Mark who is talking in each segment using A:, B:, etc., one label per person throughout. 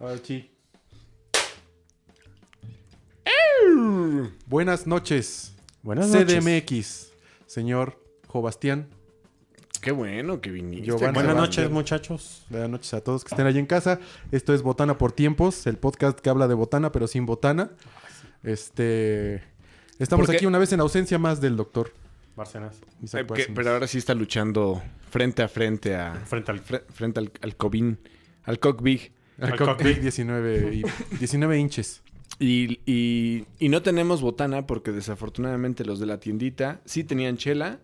A: Archie. Buenas noches.
B: Buenas noches.
A: CDMX. Señor Jobastián.
C: Qué bueno que viniste.
A: Giovanni.
B: Buenas
C: cabrón.
B: noches, muchachos.
A: Buenas noches a todos que estén allí en casa. Esto es Botana por Tiempos, el podcast que habla de botana, pero sin botana. Este. Estamos
C: ¿Por qué?
A: aquí una vez en ausencia más del doctor.
B: Bárcenas.
A: Isaac
C: Eh, que-
A: Bárcenas.
C: pero ahora sí está luchando frente a frente a...
B: Frente al
C: fre- frente al, al Cobín, al Cockbig.
A: Al
B: Al
A: cockpit,
B: cockpit.
A: 19, y- 19 inches.
C: Y, y- y no tenemos botana porque desafortunadamente los de la tiendita sí tenían chela.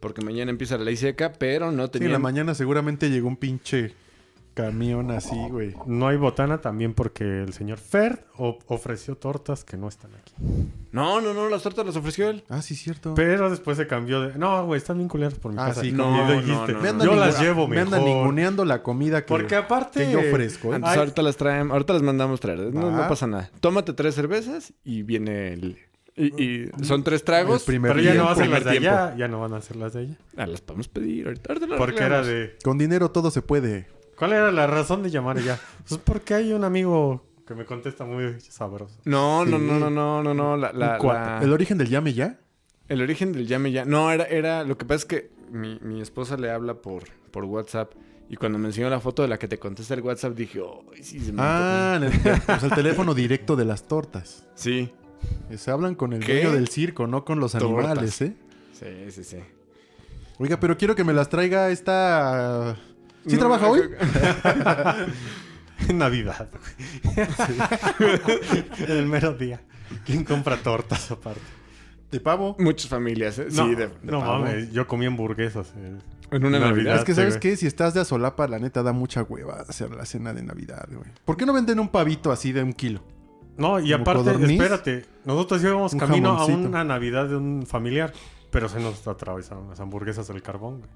C: Porque mañana empieza la ley seca, pero no
A: Sí, en la
C: tenían...
A: mañana seguramente llegó un pinche camión así, güey.
B: No hay botana también porque el señor Ferd o- ofreció tortas que no están aquí.
C: no, no, no, las tortas las ofreció él.
A: Ah, sí, cierto.
B: Pero después se cambió de... No, güey, están bien culeros por mi
A: Ah,
B: casa.
A: sí,
B: Y
C: no,
B: lo
C: no,
B: dijiste,
C: no,
A: Me
C: no.
A: andan
B: Yo
A: ningu-
B: las llevo
A: Me
B: mejor.
A: andan ninguneando la comida que,
B: Porque aparte...
A: que yo ofrezco. ¿eh?
C: Entonces
B: Ay.
C: ahorita las traen, ahorita las mandamos traer.
A: Va.
C: No, no pasa nada. Tómate tres cervezas y viene el... Y, y son tres tragos.
A: El primer
B: Pero ya no
A: tiempo.
B: hacen las de
C: Primer
B: allá. Ya no van a hacer las de allá.
C: Ah, las podemos pedir ahorita. ahorita las
B: Porque era
C: arreglamos.
B: de...
A: Con dinero todo se puede.
B: ¿Cuál era la razón de llamar allá? Pues porque hay un amigo que me contesta muy sabroso.
C: No, no,
A: Sí.
C: no, no, no, no, no. La, la-
B: Un cuate.
C: la-
A: ¿El
C: el,
A: origen del llame ya?
C: origen del llame ya. No, era, era. Lo que pasa es que mi, mi esposa le habla por, por WhatsApp. Y cuando me enseñó la foto de la que te contesta el WhatsApp, dije, oh, sí, se me
A: Ah, en el, pues el teléfono directo de las tortas. Eh,
C: antojó". Sí,
A: Se hablan con el
C: ¿Qué?
A: dueño del circo, no con los
C: Tortas.
A: animales, ¿eh?
C: sí, sí, sí.
A: Oiga, pero quiero que me las traiga esta... ¿Sí
C: No,
A: trabaja
C: no,
A: hoy?
B: En Navidad. el mero día. ¿Quién compra tortas aparte?
A: ¿De pavo?
C: Muchas familias, ¿eh?
B: no,
C: sí, de- de
B: no
C: pavo.
B: mames, yo comí hamburguesas. eh.
C: En una Navidad.
B: Navidad.
A: Es que,
B: sí,
A: ¿sabes
B: güey.
A: qué? Si estás de azolapa, la neta da mucha hueva hacer la cena de Navidad, güey. ¿Por qué no venden un pavito así de un kilo?
B: No, y
A: ¿Como
B: aparte,
A: codorniz?
B: espérate, nosotros íbamos
A: Un
B: camino
A: jamoncito.
B: a una Navidad de un familiar, pero se nos atravesaron las hamburguesas del carbón, güey.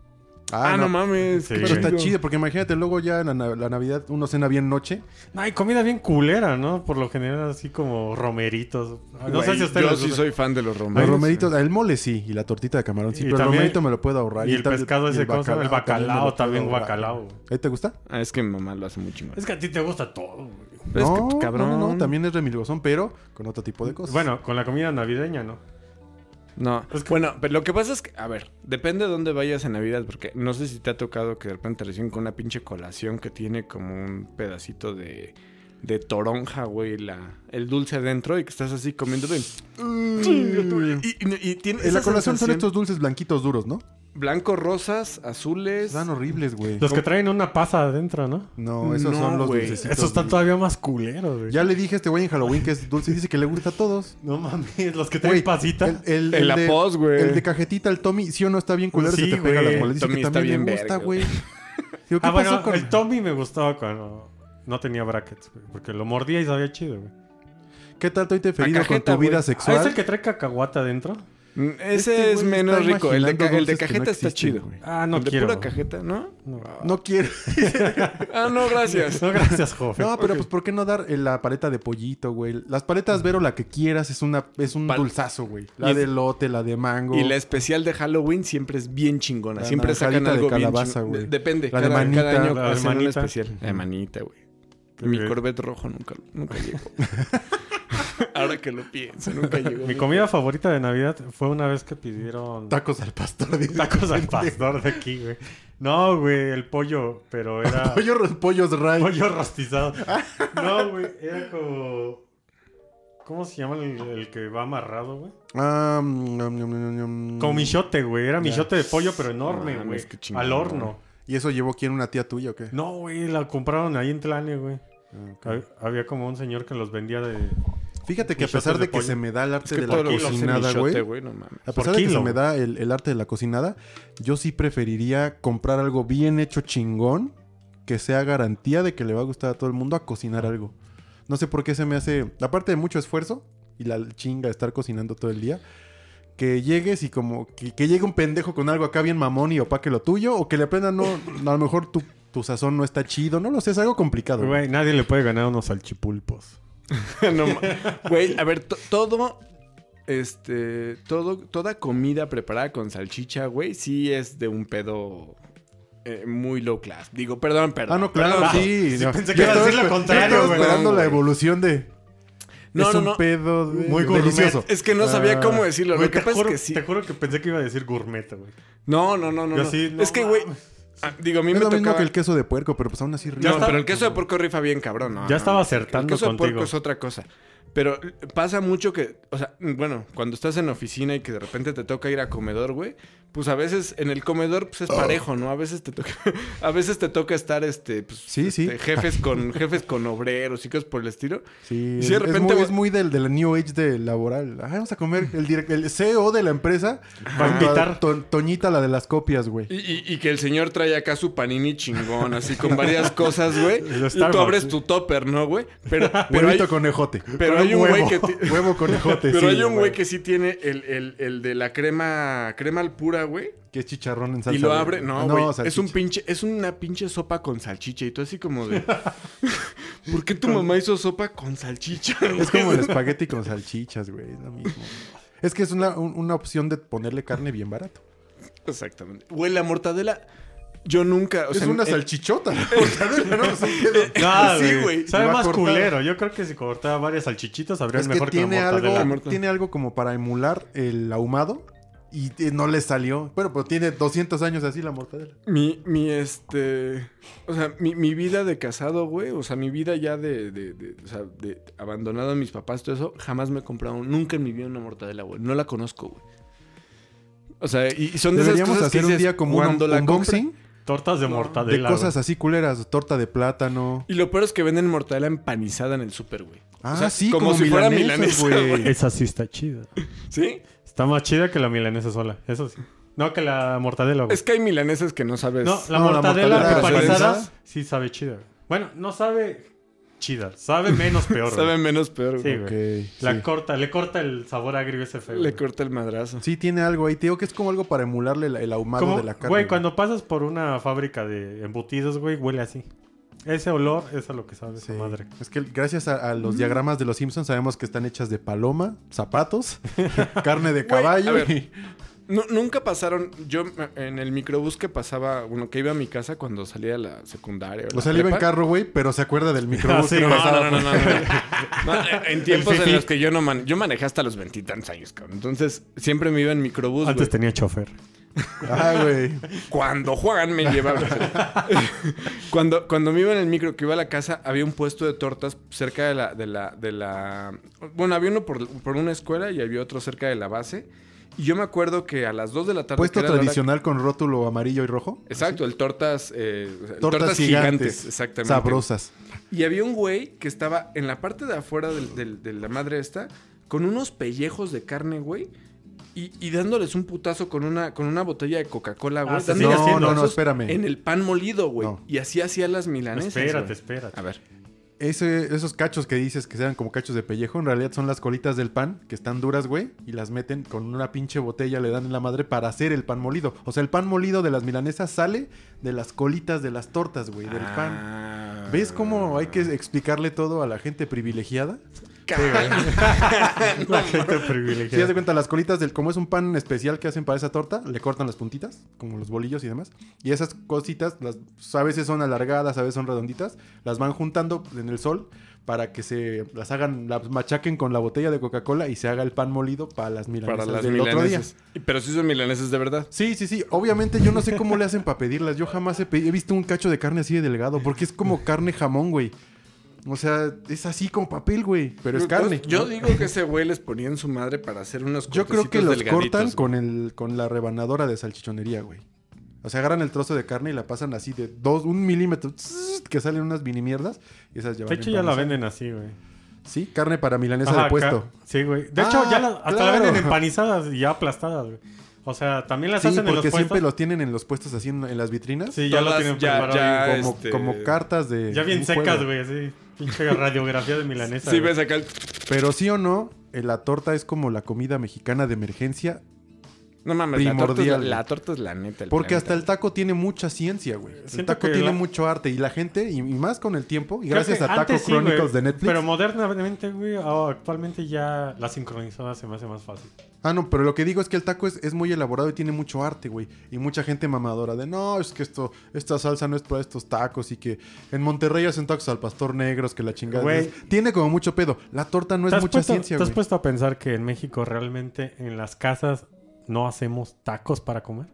C: Ah, no, mames.
B: Sí,
C: qué
A: Pero está
C: chido.
A: chido, porque imagínate, luego ya en la, na- la Navidad uno cena bien noche.
B: No, y comida bien culera, ¿no? Por lo general, así como romeritos. No sé
C: Güey,
B: si a ustedes
C: Yo
B: les
C: sí
B: gusta.
C: soy fan de los romeros.
A: Los romeritos, el mole sí, y la tortita de camarón sí,
B: Y
A: pero el
B: también-
A: romerito me lo puedo ahorrar.
B: y el
A: tal-
B: pescado
A: y
B: ese, ¿cómo se llama? El bacalao
A: también me lo puedo
B: también,
A: ahorrar.
B: guacalao.
A: ¿Ahí te gusta?
C: Ah, es que mi mamá lo hace muy chingón.
B: Es que a ti te gusta todo, güey.
C: Pero es que,
A: no,
C: pues, cabrón. Mm,
A: No, no, no, también es remilgozón, pero con otro tipo de cosas.
B: Bueno, con la comida navideña, ¿no?
C: No.
B: Es que-
C: Bueno, pero lo que pasa es que, a ver, depende de dónde vayas en Navidad, porque no sé si te ha tocado que de repente recién con una pinche colación que tiene como un pedacito de, de toronja, güey, la, el dulce adentro y que estás así comiendo. güey. Y, y- y tiene
A: en Mm. la colación
C: esa
A: son
C: sensación-
A: estos dulces blanquitos duros, ¿no?
C: blancos, rosas, azules.
A: Están horribles, güey.
B: Los que traen una pasa adentro, ¿no?
A: No, esos
C: No,
A: son los
C: güey.
A: dulcecitos.
B: Esos están
A: güey.
B: todavía más culeros, güey.
A: Ya le dije a este güey en Halloween que es dulce y dice que le gusta a todos.
B: No mames, los que
A: Güey,
B: traen pasita.
A: El, el,
C: El
A: el de-
C: Apos, güey.
A: El de cajetita, el Tommy, sí o no está bien culero,
B: Sí,
A: se te pega
B: güey.
A: las moles. Dice
C: Tommy
A: que
C: está
A: también le
C: bien
A: gusta,
C: verga,
A: güey. Digo, ¿qué
B: ah, bueno,
A: pasó con
B: el Tommy me gustaba cuando no tenía brackets, güey. Porque lo mordía y sabía chido, güey.
A: ¿Qué tal te he interferido con
C: cajeta,
A: tu vida
C: güey.
B: Ah, ¿Es el
A: sexual?
B: que trae cacahuata adentro?
C: Mm, Ese
A: Este
C: es
A: güey
C: menos
A: está
C: rico. El de, ca- el
A: imaginando
C: de
A: dulces que no
C: cajeta está
A: existen,
C: chido.
A: güey.
B: Ah, no
C: el de
B: quiero.
C: pura cajeta, ¿no?
B: No.
A: No quiero.
C: Ah, no, gracias.
B: No, gracias, joven.
A: No, pero pues ¿por qué no dar eh, la paleta de pollito, güey? Las paletas Vero, la que quieras, es una es un
C: Mm. Pal-
A: dulzazo, güey. La
C: Y-
A: de lote, la de mango.
C: Y la especial de Halloween siempre es bien chingona.
A: La
C: siempre sacan
A: naranjadita de
C: algo
A: calabaza,
C: bien
A: güey.
C: chingón. De- depende.
A: La de
C: cada,
A: manita,
C: cada año
B: la de
C: hacen una
B: manita.
C: especial. La de manita, güey. Mi
B: Ok.
C: Corvette rojo nunca, nunca llegó. Ahora que lo pienso, nunca llegó.
B: Mi comida favorita de Navidad fue una vez que pidieron
A: Tacos al pastor. dice.
B: tacos al pastor de aquí, güey. No, güey, el pollo, pero era
A: Pollo- pollos ray.
B: pollo rostizado. No, güey, era como... ¿Cómo se llama el, el que va amarrado, güey?
A: Ah, mm, nom, nom, nom, nom.
B: Como michote, güey. Era michote de pollo, pero enorme,
C: Mames,
B: güey.
C: qué chingón.
B: al horno.
A: ¿Y eso llevó quién? ¿Una tía tuya o qué?
B: No, güey, la compraron ahí en Tlane, güey.
A: Ah, ok.
B: Hab- Había como un señor que los vendía de...
A: Fíjate que a
B: Michotes
A: pesar
B: de
A: de que
B: pollo.
A: se me da el arte
C: Es que
A: de
C: todo
A: la
C: lo que hace
A: cocinada,
C: Michote,
A: güey.
C: güey, no mames.
A: A
B: Por
A: pesar de que se
B: kilo.
A: me da el, el arte de la cocinada, yo sí preferiría comprar algo bien hecho chingón que sea garantía de que le va a gustar a todo el mundo a cocinar algo. No sé por qué se me hace, aparte de mucho esfuerzo y la chinga de estar cocinando todo el día, que llegues y como que, que llegue un pendejo con algo acá bien mamón y opaque lo tuyo o que le aprendan, no, a lo mejor tu, tu sazón no está chido, no lo sé, es algo complicado. güey.
B: Güey, nadie le puede ganar unos salchipulpos.
C: No ma- Güey, a ver, to- todo. Este. Todo, toda comida preparada con salchicha, güey, sí es de un pedo eh, muy low class. Digo, perdón, perdón.
A: Ah, no, claro,
C: perdón.
A: sí.
B: Sí,
A: no.
B: pensé que
A: Yo
B: iba a
A: estaba
B: decir
A: esper-
B: lo
A: yo
B: contrario,
A: estaba
B: güey.
A: esperando la evolución de.
C: No,
A: es
C: no,
A: un
C: no.
A: pedo de-
B: Muy gourmet.
A: delicioso.
C: Es que no sabía
A: Ah,
C: cómo decirlo.
B: Güey,
C: lo que
B: te,
C: pasa
B: juro,
C: es que sí.
B: te juro que pensé que iba a decir gourmet, güey.
C: No, no, no, no.
B: Yo
C: no.
B: así, no
C: es que, güey.
B: mames.
C: ah, digo, a mí
A: Es
C: me
A: lo mismo
C: tocaba.
A: que el queso de puerco, pero pues aún así rico.
C: No,
B: está-
C: pero el queso de puerco rifa bien, cabrón. No,
B: Ya
C: no,
B: estaba
C: no.
B: acertando
C: El queso de
B: contigo.
C: puerco es otra cosa. Pero pasa mucho que, o sea, bueno, cuando estás en oficina y que de repente te toca ir a comedor, güey, pues a veces en el comedor pues es parejo, ¿no? A veces te toca, a veces te toca estar, este, pues,
A: Sí, sí.
C: este, jefes con jefes con obreros y cosas por el estilo.
A: Sí,
C: Y si de
A: es-
C: repente
A: es muy,
C: va-
A: es muy del, del New Age de laboral. Ah, vamos a comer. El, direc- el CEO de la empresa
B: Va a
A: junto
B: invitar.
A: To- Toñita, la de las copias, güey.
C: Y, y- y que el señor trae acá su panini chingón, así con varias cosas, güey.
B: Lo
C: Y
B: Starbucks.
C: tú abres tu topper, ¿no, güey? Pero, pero hay,
A: Huevito con ejote. Con
C: pero hay un güey
A: huevo.
C: que ti-
A: Huevo con ejote,
C: pero
A: sí,
C: hay un güey que sí tiene el, el- el de la crema, crema al pura, güey.
A: Que es chicharrón en salsa. Ah,
C: y lo
A: verde.
C: abre, no, güey. es
A: salchicha.
C: un pinche, es una pinche sopa con salchicha. Y tú así como de. ¿Por qué tu mamá hizo sopa con salchicha? güey?
A: Es como el espagueti con salchichas, güey. Es lo mismo. Es que es una, un- una opción de ponerle carne bien barato.
C: Exactamente. Güey, la mortadela. Yo nunca. o
A: es
C: sea,
A: una
C: en-
A: salchichota. O sea, no, no, es un pedo.
B: Ah,
C: Sí, güey.
B: Sabe
A: Va
B: más
A: cortada.
B: culero. Yo creo que si cortaba varias salchichitas habría
A: Es que
B: mejor que,
A: tiene
B: la mortadela.
A: algo,
C: Mortadela.
A: tiene algo como para emular el ahumado y eh, no le salió. Bueno, pero tiene 200 años así la mortadela.
C: Mi, mi, este. O sea, mi, mi vida de casado, güey. O sea, mi vida ya de. de, de- o sea, de abandonado a mis papás, todo eso. Jamás me he comprado nunca en mi vida una mortadela, güey. No la conozco, güey. O sea, y, y son de esas
A: Deberíamos
C: cosas que
A: hacer un
C: dices,
A: día como un
C: cuando
A: un
C: la compras-
A: unboxing
B: Tortas de mortadela.
A: de
B: güey.
A: cosas así culeras. Torta de plátano.
C: Y lo peor es que venden mortadela empanizada en el súper, güey.
A: Ah,
C: O sea,
A: sí, como, milanesas, güey.
B: Esa sí está chida.
C: ¿Sí?
B: Está más chida que la milanesa sola, eso sí. No, que la mortadela, güey.
C: Es que pues, hay milanesas que no sabes.
B: No, la
A: No, la
B: mortadela
A: mortadela
B: empanizada
A: empanizada.
B: sí sabe chida. güey. Bueno, no sabe chida, sabe menos peor.
C: sabe
B: güey.
C: menos peor,
B: Sí,
C: güey.
B: güey.
A: Ok,
B: La
A: sí.
B: corta, le corta el sabor agrio ese feo.
C: Le
B: güey.
C: corta el madrazo.
A: Sí, tiene algo ahí. Te digo que es como algo para emularle la- el ahumado
B: Como-
A: de la carne.
B: Güey, cuando pasas por una fábrica de embutidos, güey, huele así. Ese olor es a lo que sabe
A: Sí.
B: su madre. Mm.
A: Es que gracias a, a los diagramas de los Simpsons sabemos que están hechas de paloma, zapatos, carne de caballo.
C: a ver.
A: y-
C: Nu- nunca pasaron. Yo eh, en el microbús que pasaba, bueno, que iba a mi casa cuando salía de la secundaria.
A: O sea, le iba en carro, güey, pero se acuerda del microbús
B: Ah, sí,
A: que
C: No,
A: pasaba
C: no, no,
A: por-
C: no, no, no. No, eh, En tiempos
B: fifí.
C: en los que yo no man... Yo manejé hasta los veintitantos años, cabrón. Entonces, siempre me iba en microbús,
B: Antes
C: güey.
B: tenía chofer.
A: Ah, güey.
C: Cuando Juan me llevaba. cuando, cuando me iba en el micro que iba a la casa, había un puesto de tortas cerca de la. De la, de la bueno, había uno por, por una escuela y había otro cerca de la base. Y yo me acuerdo que a las 2 de la tarde.
A: Puesto
C: que era la hora-
A: tradicional con rótulo amarillo y rojo.
C: Exacto, el tortas. eh, tortas,
A: Tortas,
C: gigantes.
A: gigantes,
C: Exactamente.
A: Sabrosas.
C: Y había un güey que estaba en la parte de afuera del- del- de la madre esta, con unos pellejos de carne, güey. Y, y dándoles un putazo con una, con una botella de Coca-Cola, güey.
B: Ah, se
C: dándole
B: sigue
A: No,
B: haciendo
A: no, no,
B: esos
A: espérame.
C: en el pan molido, güey.
A: No.
C: Y así hacía las milanesas.
B: espérate,
C: güey.
B: espérate.
C: A ver.
A: Ese- esos cachos que dices que sean como cachos de pellejo, en realidad son las colitas del pan, que están duras, güey, y las meten con una pinche botella, le dan en la madre para hacer el pan molido. O sea, el pan molido de las milanesas sale de las colitas de las tortas, güey, del pan.
C: Ah.
A: ¿Ves cómo hay que explicarle todo a la gente privilegiada?
B: La gente
A: Si das
B: privilegiada.
A: de cuenta, las colitas del. Como es un pan especial que hacen para esa torta, le cortan las puntitas, como los bolillos y demás. Y esas cositas, las, pues, a veces son alargadas, a veces son redonditas, las van juntando en el sol para que se las hagan, las machaquen con la botella de Coca-Cola y se haga el pan molido para las milanesas
C: Para las
A: del otro día.
C: milanesas. Y- Pero sí son milanesas de verdad.
A: Sí, sí, sí. Obviamente yo no sé cómo le hacen para pedirlas. Yo jamás he, pedi- he visto un cacho de carne así de delgado, porque es como carne jamón, güey. O sea, es así como papel, güey. Pero es carne.
C: Yo digo que ese güey les ponía en su madre para hacer unos
A: Yo creo que
C: cortecitos
A: los
C: delgaditos,
A: cortan
C: güey.
A: con, el, con la rebanadora de salchichonería, güey. O sea, agarran el trozo de carne y la pasan así de dos, un milímetro, tss, que salen unas mini mierdas. Y esas ya
B: De
A: van
B: hecho, ya la
A: empanizadas.
B: venden así, güey.
A: Sí, carne para milanesa
B: Ajá,
A: de puesto.
B: ca- Sí, güey. De
A: Ah,
B: hecho, ya la- hasta la
A: claro.
B: venden empanizadas y ya aplastadas, güey. O sea, también las
A: Sí,
B: hacen en los
A: porque siempre
B: puestos.
A: los tienen en los puestos así en, en las vitrinas.
B: Sí, ya lo
C: Todas
B: tienen
C: ya-
B: preparado.
C: ya-
B: bien.
A: como,
C: este-
A: como cartas de.
B: Ya bien
A: un
B: secas,
A: juego.
B: güey, así. Pinche radiografía de milanesa.
C: Sí,
B: güey.
C: ves acá el...
A: Pero sí o no, eh, la torta es como la comida mexicana de emergencia
C: No mames, la torta, es la,
A: Primordial, güey.
C: la torta es la neta. el
A: Porque hasta el
C: planeta.
A: taco tiene mucha ciencia, güey. El
B: Siento
A: taco
B: que
A: tiene
B: la-
A: mucho arte y la gente, y, y más con el tiempo, y
B: Creo
A: gracias
B: que
A: a Taco
B: antes sí, güey,
A: Chronicles de Netflix.
B: Pero modernamente, güey, ah, actualmente ya la sincronizada se me hace más fácil.
A: Ah, no, pero lo que digo es que el taco es, es muy elaborado y tiene mucho arte, güey. Y mucha gente mamadora de, no, es que esto, esta salsa no es para estos tacos y que en Monterrey hacen tacos al pastor negros, que la chingada.
B: Güey.
A: Entonces, tiene como mucho pedo. La torta no
B: ¿Te
A: es
B: has
A: mucha
B: puesto-
A: ciencia,
B: ¿Te has
A: güey.
B: puesto a pensar que en México realmente en las casas no hacemos tacos para comer?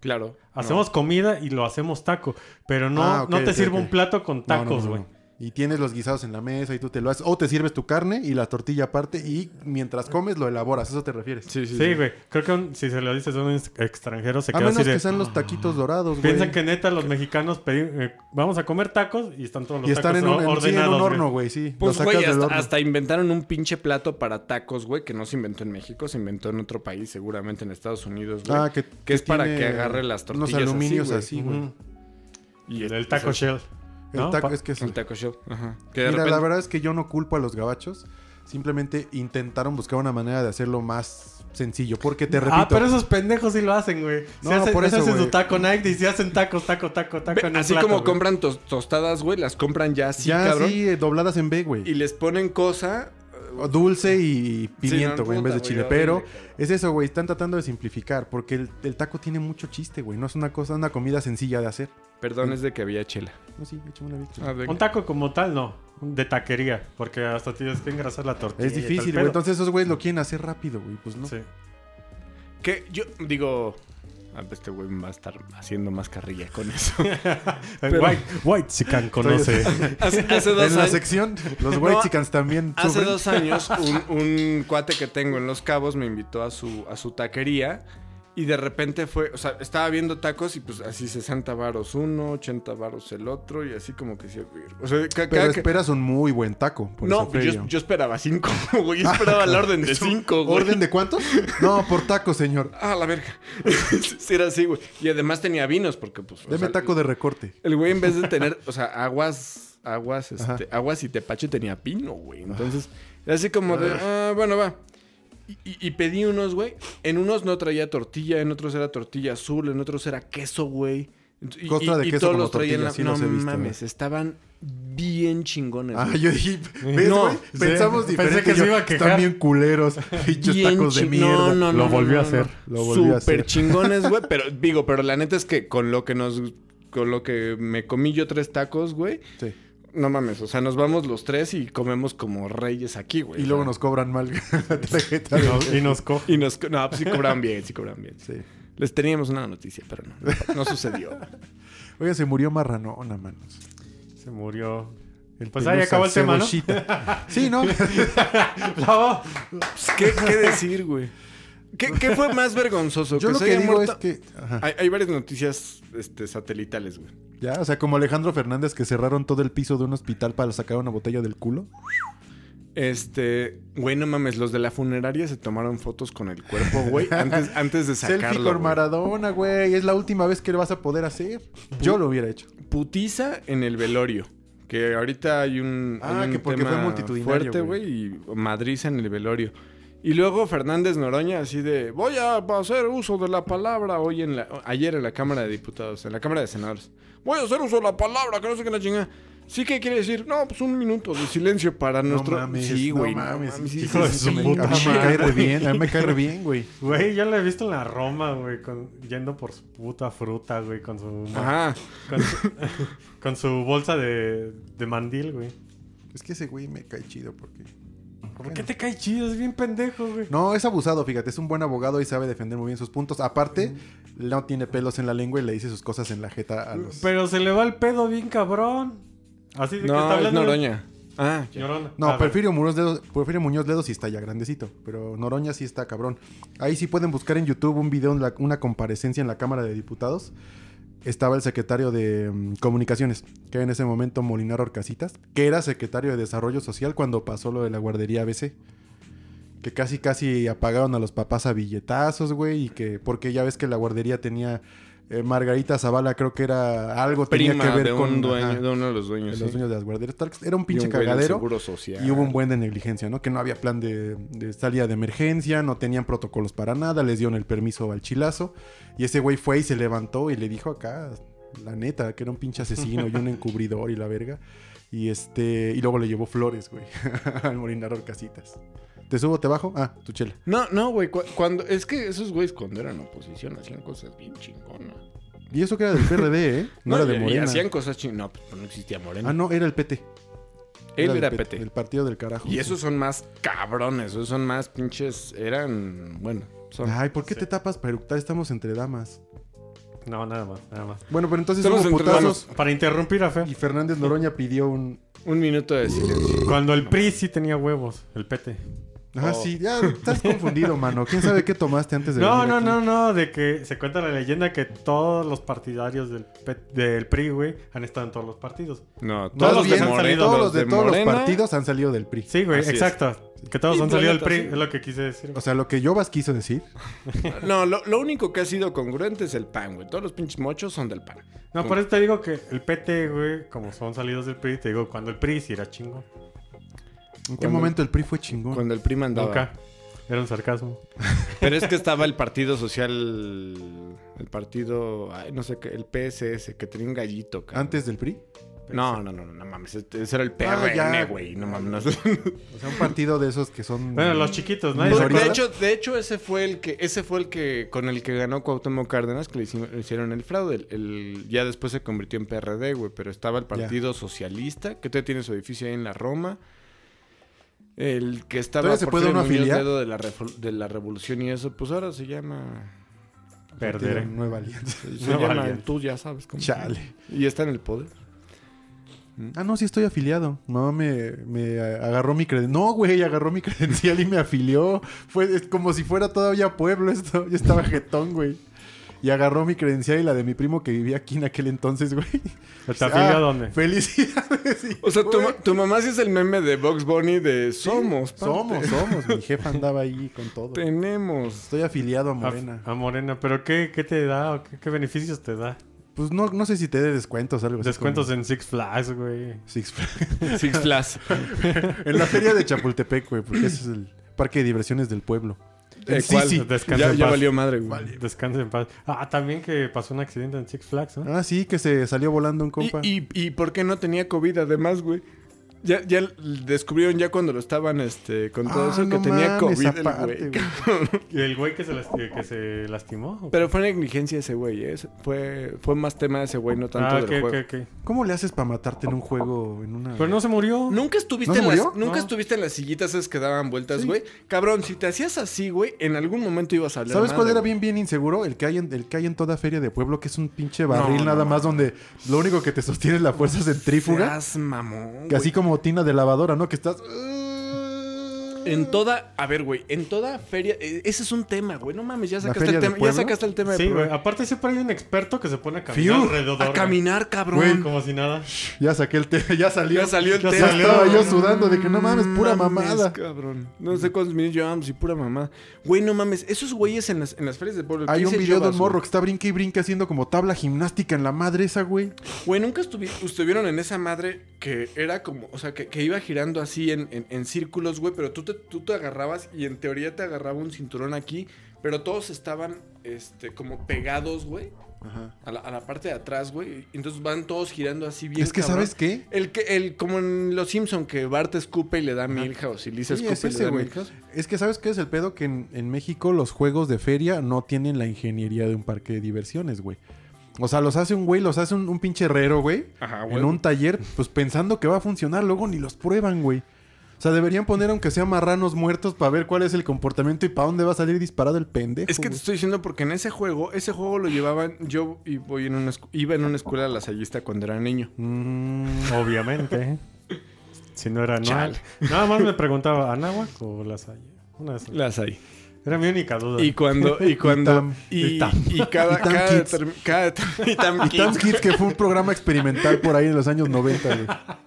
C: Claro. no.
B: Hacemos comida y lo hacemos taco, pero no,
A: Ah, ok,
B: no te
A: ok,
B: sirvo
A: ok.
B: un plato con
A: No, no,
B: tacos,
A: no,
B: güey.
A: no. Y tienes los guisados en la mesa y tú te lo haces. O te sirves tu carne y la tortilla aparte y mientras comes lo elaboras. ¿A eso te refieres?
C: Sí, sí,
B: Sí,
C: sí.
B: güey. Creo que un- si se lo dices a un ex- extranjero
A: A
B: se queda
A: menos
B: así
A: que
B: de...
A: sean los taquitos dorados, güey.
B: Piensan que neta los mexicanos pedimos... vamos a comer tacos y están todos los
A: Y están en
B: tacos
A: un,
B: or-
A: en- sí, en un
B: ordenados, güey.
A: horno, güey, sí.
C: Pues,
A: los sacas
C: güey,
A: del
C: hasta,
A: horno.
C: hasta inventaron un pinche plato para tacos, güey, que no se inventó en México, se inventó en otro país, seguramente en Estados Unidos, güey.
A: Ah, que,
C: que es para
A: tiene
C: que agarre las tortillas
A: Unos aluminios
C: así,
A: así,
B: güey.
A: güey.
B: Ujú.
C: Y
B: El taco
C: pues,
B: shell.
A: El
B: ¿no?
A: taco
B: Pa-
A: es que es...
C: El taco shell. Ajá. Que de
A: Mira,
C: repente-
A: la verdad es que yo no culpo a los gabachos. Simplemente intentaron buscar una manera de hacerlo más sencillo. Porque te repito,
B: Ah, pero esos pendejos sí lo hacen, güey.
A: No,
B: se hacen,
A: por
B: se
A: eso,
B: hacen su
A: güey.
B: taco night y se hacen tacos, taco, taco, taco.
C: Ve,
B: en un
C: así
B: plato,
C: como
B: güey.
C: compran tos- tostadas, güey, las compran ya así,
A: ya
C: cabrón.
A: sí, eh, dobladas en B,
C: Y
A: güey.
C: les ponen cosa.
A: O Dulce y pimiento,
C: no,
A: güey, en vez de
C: puta,
A: chile.
C: güey,
A: Pero
C: horrible, cabrón.
A: es eso, güey. Están tratando de simplificar. Porque el, el taco tiene mucho chiste, güey. No es una cosa, una comida sencilla de hacer. Mm.
C: Perdón, es de que había chela.
A: No, sí, échame una vez.
C: Ah,
B: Un taco como tal, no. De taquería. Porque hasta tienes que engrasar la tortilla.
A: Es
B: y tal
A: difícil,
B: pedo.
A: güey. Entonces esos güeyes lo quieren hacer rápido, güey. Pues no.
B: Sí.
C: Que yo digo. ah, pues, Este güey va a estar haciendo más carrilla con eso.
B: Pero- White, White Chican conoce.
C: hace, hace dos
A: En la
C: años.
A: sección, los white chicans también
C: Hace
A: sufren.
C: dos años, un, un cuate que tengo en Los Cabos me invitó a su, a su taquería. Y de repente fue, o sea, estaba viendo tacos y pues así 60 varos uno, 80 varos el otro y así como que sí. O sea, ca-
A: Pero
C: cada que-
A: esperas un muy buen taco. Por
C: No, pues,
A: esa feria.
C: yo, yo esperaba cinco, güey. Yo esperaba la orden de cinco, güey.
A: Ah, ¿Orden de cuántos? No, por taco, señor.
C: Ah, la verga. sí, era así, güey. Y además tenía vinos porque, pues... o
A: Deme
C: sea,
A: taco de recorte.
C: El güey en vez de tener, o sea, aguas, aguas,
A: Ajá.
C: este, aguas y tepache tenía pino, güey. Entonces, era así como de, ah, bueno, va. Y, y- y pedí unos, güey. En unos no traía tortilla, en otros era tortilla azul, en otros era queso, güey. Y,
A: Costra de
C: y- y
A: queso
C: todos
A: como
C: los traían
A: tortilla,
C: la-
A: sí
C: no
A: los he visto,
C: mames, estaban bien chingones.
A: Ah,
C: güey.
A: yo dije, ¿ves,
C: No,
A: güey?
B: sí.
A: Pensamos
B: Pensé
A: diferente.
B: que se
A: Yo,
B: iba a quejar.
A: Están bien culeros, pinches
C: Bien
A: tacos de
C: chi-
A: mierda.
C: No, no, no,
B: Lo
C: no,
B: volvió
C: no,
B: a
C: no.
B: hacer.
A: Lo volvió a
C: Súper
A: hacer.
C: chingones, güey. Pero digo, pero la neta es que con lo que nos. Con lo que me comí yo tres tacos, güey.
A: Sí.
C: No mames, o sea, nos vamos los tres y comemos como reyes aquí, güey.
A: Y
C: O
A: luego
C: sea,
A: nos cobran mal la tarjeta. de-
B: No, y nos coge.
C: Y nos... No, pues sí cobran bien, sí cobran bien.
A: Sí.
C: Les teníamos una noticia, pero no. No, no sucedió.
A: Oye, se murió Marranona, manos.
B: Se murió.
A: El
B: Pues ahí
A: pelusa,
B: acabó el tema, ¿no?
A: Cebollita. Sí, ¿no?
B: No,
C: Pues, ¿qué, qué decir, güey? ¿Qué, qué fue más vergonzoso?
A: Yo lo
C: se
A: que
C: haya
A: digo
C: muerto-
A: es que... ajá.
C: Hay, hay varias noticias este, satelitales, güey.
A: Ya, o sea, como Alejandro Fernández que cerraron todo el piso de un hospital para sacar una botella del culo.
C: Este, güey, no mames, los de la funeraria se tomaron fotos con el cuerpo, güey, antes, antes de sacarlo.
A: Selfie con
C: güey.
A: Maradona, güey. Es la última vez que lo vas a poder hacer. Yo lo hubiera hecho.
C: Putiza en el velorio. Que ahorita hay un.
A: Ah,
C: hay un
A: que porque fue multitudinario,
C: Fuerte, güey, y madriza en el velorio. Y luego Fernández Noroña, así de. Voy a hacer uso de la palabra hoy en la. Ayer en la Cámara de Diputados, en la Cámara de Senadores. Voy a hacer uso de la palabra, que no sé qué la chingada. Sí que quiere decir, no, pues un minuto de silencio para nuestro.
A: mames,
C: sí,
A: no
C: güey.
A: mames,
C: sí,
B: hijo de su
C: sí.
B: puta
A: A mí me cae re bien, a mí me cae re bien, güey.
B: Güey, yo la he visto en la Roma, güey. con- Yendo por su puta fruta, güey. Con su,
C: Ajá.
B: con su, con su bolsa de, de mandil, güey.
A: Es que ese güey me cae chido porque...
B: ¿Por qué te cae chido? Es bien pendejo, güey.
A: No, es abusado, fíjate, es un buen abogado y sabe defender muy bien sus puntos. Aparte, no tiene pelos en la lengua y le dice sus cosas en la jeta a los...
B: pues. Pero se le va el pedo bien cabrón. Así de que está
C: No, es
B: hablando.
C: Noroña. Ah, ya.
B: Ñorona.
A: No,
B: A ver.
A: Porfirio Muñoz, Ledo, Porfirio Muñoz Ledo sí está ya grandecito, pero Noroña sí está cabrón. Ahí sí pueden buscar en YouTube un video, en la- una comparecencia en la Cámara de Diputados. Estaba el secretario de mm, Comunicaciones, que era en ese momento Molinar Orcasitas, que era secretario de Desarrollo Social cuando pasó lo de la guardería ABC. Que casi, casi apagaron a los papás a billetazos, güey, y que porque ya ves que la guardería tenía eh, Margarita Zavala creo que era algo
C: Prima
A: tenía que ver
C: de un
A: con
C: dueño,
A: ajá,
C: de uno de los dueños.
A: de
C: sí.
A: los dueños de las guarderías. Tal- Era un
C: Y un
A: pinche
C: güey del
A: cagadero.
C: Seguro social.
A: Y hubo un buen de negligencia, ¿no? Que no había plan de, de salida de emergencia, no tenían protocolos para nada, les dieron el permiso al chilazo. Y ese güey fue y se levantó y le dijo acá, la neta, que era un pinche asesino y un encubridor y la verga. Y este, y luego le llevó flores, güey, al morinador casitas. ¿Te subo, te bajo? Ah, tu chela.
C: No, no, güey. cu- cuando, es que esos güeyes cuando eran oposición hacían cosas bien chingonas.
A: Y eso que era del PRD, ¿eh? No, era de
C: y- y
A: Morena.
C: hacían cosas chingonas. No, pues no existía Morena.
A: Ah, no, era el PT.
C: Él era,
A: del
C: PT.
A: El partido del carajo.
C: Y esos son más cabrones. Esos son más pinches. Eran. Bueno, son.
A: Ay, ¿por qué
B: Sí.
A: te tapas para eructar? Estamos entre damas.
B: No, nada más, nada más.
A: Bueno, pero entonces
C: Estamos
A: hubo
C: entre
A: putazos.
B: Para interrumpir a Fer.
A: Y Fernández Noroña pidió un.
C: Un minuto de silencio.
B: Cuando el PRI sí tenía huevos, el PT.
A: Ah,
C: Oh.
A: sí, ya estás confundido, mano. ¿Quién sabe qué tomaste antes de
B: No,
A: venir
B: no,
A: aquí?
B: no, no, de que se cuenta la leyenda que todos los partidarios del, P- del PRI, güey, han estado en todos los partidos.
C: No, todos
A: Más
C: los
A: bien,
C: de Morena.
A: todos los de, todos
C: Morena-
A: los partidos han salido del PRI.
B: Sí, güey,
C: Así es.
B: exacto. Que todos
C: Y
B: han salido del
C: planeta,
B: PRI,
C: sí.
B: es lo que quise decir. güey.
A: O sea, lo que Yobas quiso decir.
C: No, lo, lo único que ha sido congruente es el pan, güey. Todos los pinches mochos son del pan.
B: No, por eso te digo que el PT, güey, como son salidos del PRI, te digo, cuando el PRI sí era chingo.
A: ¿En qué
C: Cuando-
A: momento el PRI fue chingón?
C: Cuando el PRI mandaba.
B: Nunca. Era un sarcasmo.
C: Pero es que estaba el Partido Social. El partido. ay, no sé qué. El PSS, que tenía un gallito, cabrón.
A: ¿Antes del PRI?
C: No, no, no, no, no mames. este- Ese era el
A: Ah, ya.
C: PRN, güey. no mames.
A: O sea, un partido de esos que son.
B: Bueno, los chiquitos, ¿no?
A: Pues,
B: ¿Se
C: Por- de
B: acuerdan?
C: hecho, de hecho ese fue el que ese fue el que con el que ganó Cuauhtémoc Cárdenas que le hicieron, le hicieron el fraude. El, el- ya después se convirtió en PRD, güey, pero estaba el Partido Socialista, que todavía tiene su edificio ahí en la Roma. El que estaba
A: ¿Todavía se puede
C: Porfirio
A: uno
C: Muñoz
A: afiliar?
C: Ledo de la refu- de la revolución y eso, pues ahora se llama
A: partido
B: Perderé.
A: Nueva Alianza.
C: se
B: No,
C: llama
B: valiente.
C: tú ya sabes cómo.
A: Chale.
C: Y está en el poder.
A: Ah, no, sí estoy afiliado. Mamá me, me agarró mi credencial. No, güey, agarró mi credencial y me afilió. Fue es como si fuera todavía pueblo esto. Yo estaba jetón, güey. Y agarró mi credencial y la de mi primo que vivía aquí en aquel entonces, güey.
B: ¿Te afilió
A: Ah,
B: a dónde?
A: Felicidades. hijo,
C: O sea, tu,
A: güey.
C: ma- tu mamá sí es el meme de Box Bunny de somos, parte.
A: Somos, somos. Mi jefa andaba ahí con todo.
C: tenemos.
A: Estoy afiliado a
B: A,
A: Morena.
B: a Morena. ¿Pero qué, qué te da o qué, qué beneficios te da?
A: Pues no, no sé si te dé descuentos algo así
B: Descuentos
A: como-
B: en Six Flags, güey.
A: Six Flags.
C: Six Flags.
A: en la feria de Chapultepec, güey, porque ese es el parque de diversiones del pueblo.
C: Eh,
A: En
C: ¿cuál?
A: Sisi.
B: Descansa
C: Ya,
B: en
C: ya
B: paz.
C: valió madre, güey.
B: Descansa en paz. Ah, también que pasó un accidente en Six Flags, ¿no?
A: Ah, sí, que se salió volando un compa.
C: ¿Y, y, y por qué no tenía COVID además, güey? Ya, ya l- descubrieron ya cuando lo estaban este, con
A: Ah,
C: todo eso que
A: no
C: tenía
A: mames,
C: COVID el
A: aparte,
C: güey.
A: güey.
B: ¿Y el güey que se, lasti- que se lastimó? ¿o qué?
C: Pero fue negligencia ese güey, ¿eh? Fue, fue más tema de ese güey, no tanto
B: ah,
C: del
B: ok, ok,
C: juego.
B: ok.
A: ¿Cómo le haces para matarte en un juego? En una...
B: Pero no se murió.
C: Nunca estuviste
A: ¿No se
C: en las,
A: murió?
C: nunca
B: No.
C: estuviste en las sillitas esas que daban vueltas,
A: Sí.
C: güey. Cabrón, si te hacías así, güey, en algún momento ibas a hablar.
A: ¿Sabes cuál
C: madre,
A: era
C: güey.
A: bien, bien inseguro? El que, hay en, el que hay en toda feria de pueblo, que es un pinche barril
C: No,
A: nada
C: no.
A: más donde lo único que te sostiene es la fuerza centrífuga.
C: Seas mamón,
A: Que así
C: güey.
A: como tina de lavadora, ¿no? Que estás...
C: En toda, a ver, güey, en toda feria, eh, ese es un tema, güey. No mames, ya
A: ¿La
C: sacaste
A: feria
C: el
A: de
C: tema, ya
A: pueblo?
C: sacaste el tema de
B: Sí, güey.
C: programa.
B: Aparte siempre hay un experto que se pone a caminar
A: Fiu,
B: alrededor.
C: A
B: güey.
C: caminar, cabrón.
B: Güey, como si nada.
A: Ya saqué el té, ya salió.
C: Ya salió el
B: Ya
C: tema.
B: salió. Estaba yo
A: sudando de que, no mames, pura
C: mames,
A: mamada.
C: cabrón. No sé cuántos minutos llevamos y pura mamada. Güey, no mames. Esos güeyes en las, en las ferias de pueblo. ¿qué
A: Hay un
C: dice el
A: video de
C: Yobas,
A: un morro que está brinque y brinque haciendo como tabla gimnástica en la madre esa, güey.
C: Güey, Güey, nunca estuvi- estuvieron en esa madre que era como. O sea, que, que iba girando así en, en- en círculos, güey. Pero tú te, tú te agarrabas y en teoría te agarraba un cinturón aquí. Pero todos estaban este, como pegados, güey. A la, a la parte de atrás, güey. Y Entonces van todos girando así bien.
A: es que,
C: cabrón.
A: ¿sabes qué?
C: El que, el, como en Los Simpson que Bart escupe y le da Milhouse y Lisa
A: Sí,
C: escupe
A: es
C: y le
A: ese,
C: da
A: güey.
C: Milhouse.
A: Es que, ¿sabes qué es el pedo? Que en, en México los juegos de feria no tienen la ingeniería de un parque de diversiones, güey. O sea, los hace un güey, los hace un, un pinche herrero, güey.
C: Ajá,
A: En un taller, pues pensando que va a funcionar, luego ni los prueban, güey. O sea, deberían poner aunque sea marranos muertos para ver cuál es el comportamiento y para dónde va a salir disparado el pendejo.
C: Es que te
A: güey.
C: estoy diciendo porque en ese juego, ese juego lo llevaban, yo y voy en una escu- iba en una escuela lasallista cuando era niño.
A: Mm,
B: Obviamente. si no era anual.
C: Chale.
B: Nada más me preguntaba, ¿Anáhuac o La Salle? Una de esas.
C: Lasay.
B: Era mi única duda.
C: Y cuando, y cuando,
A: tam-
C: y,
A: y tam.
C: y cada,
A: Y tam
C: cada,
A: kids.
C: determin- cada determin- y tam
A: Y Tams
C: kids.
A: Kids, que fue un programa experimental por ahí en los años 90,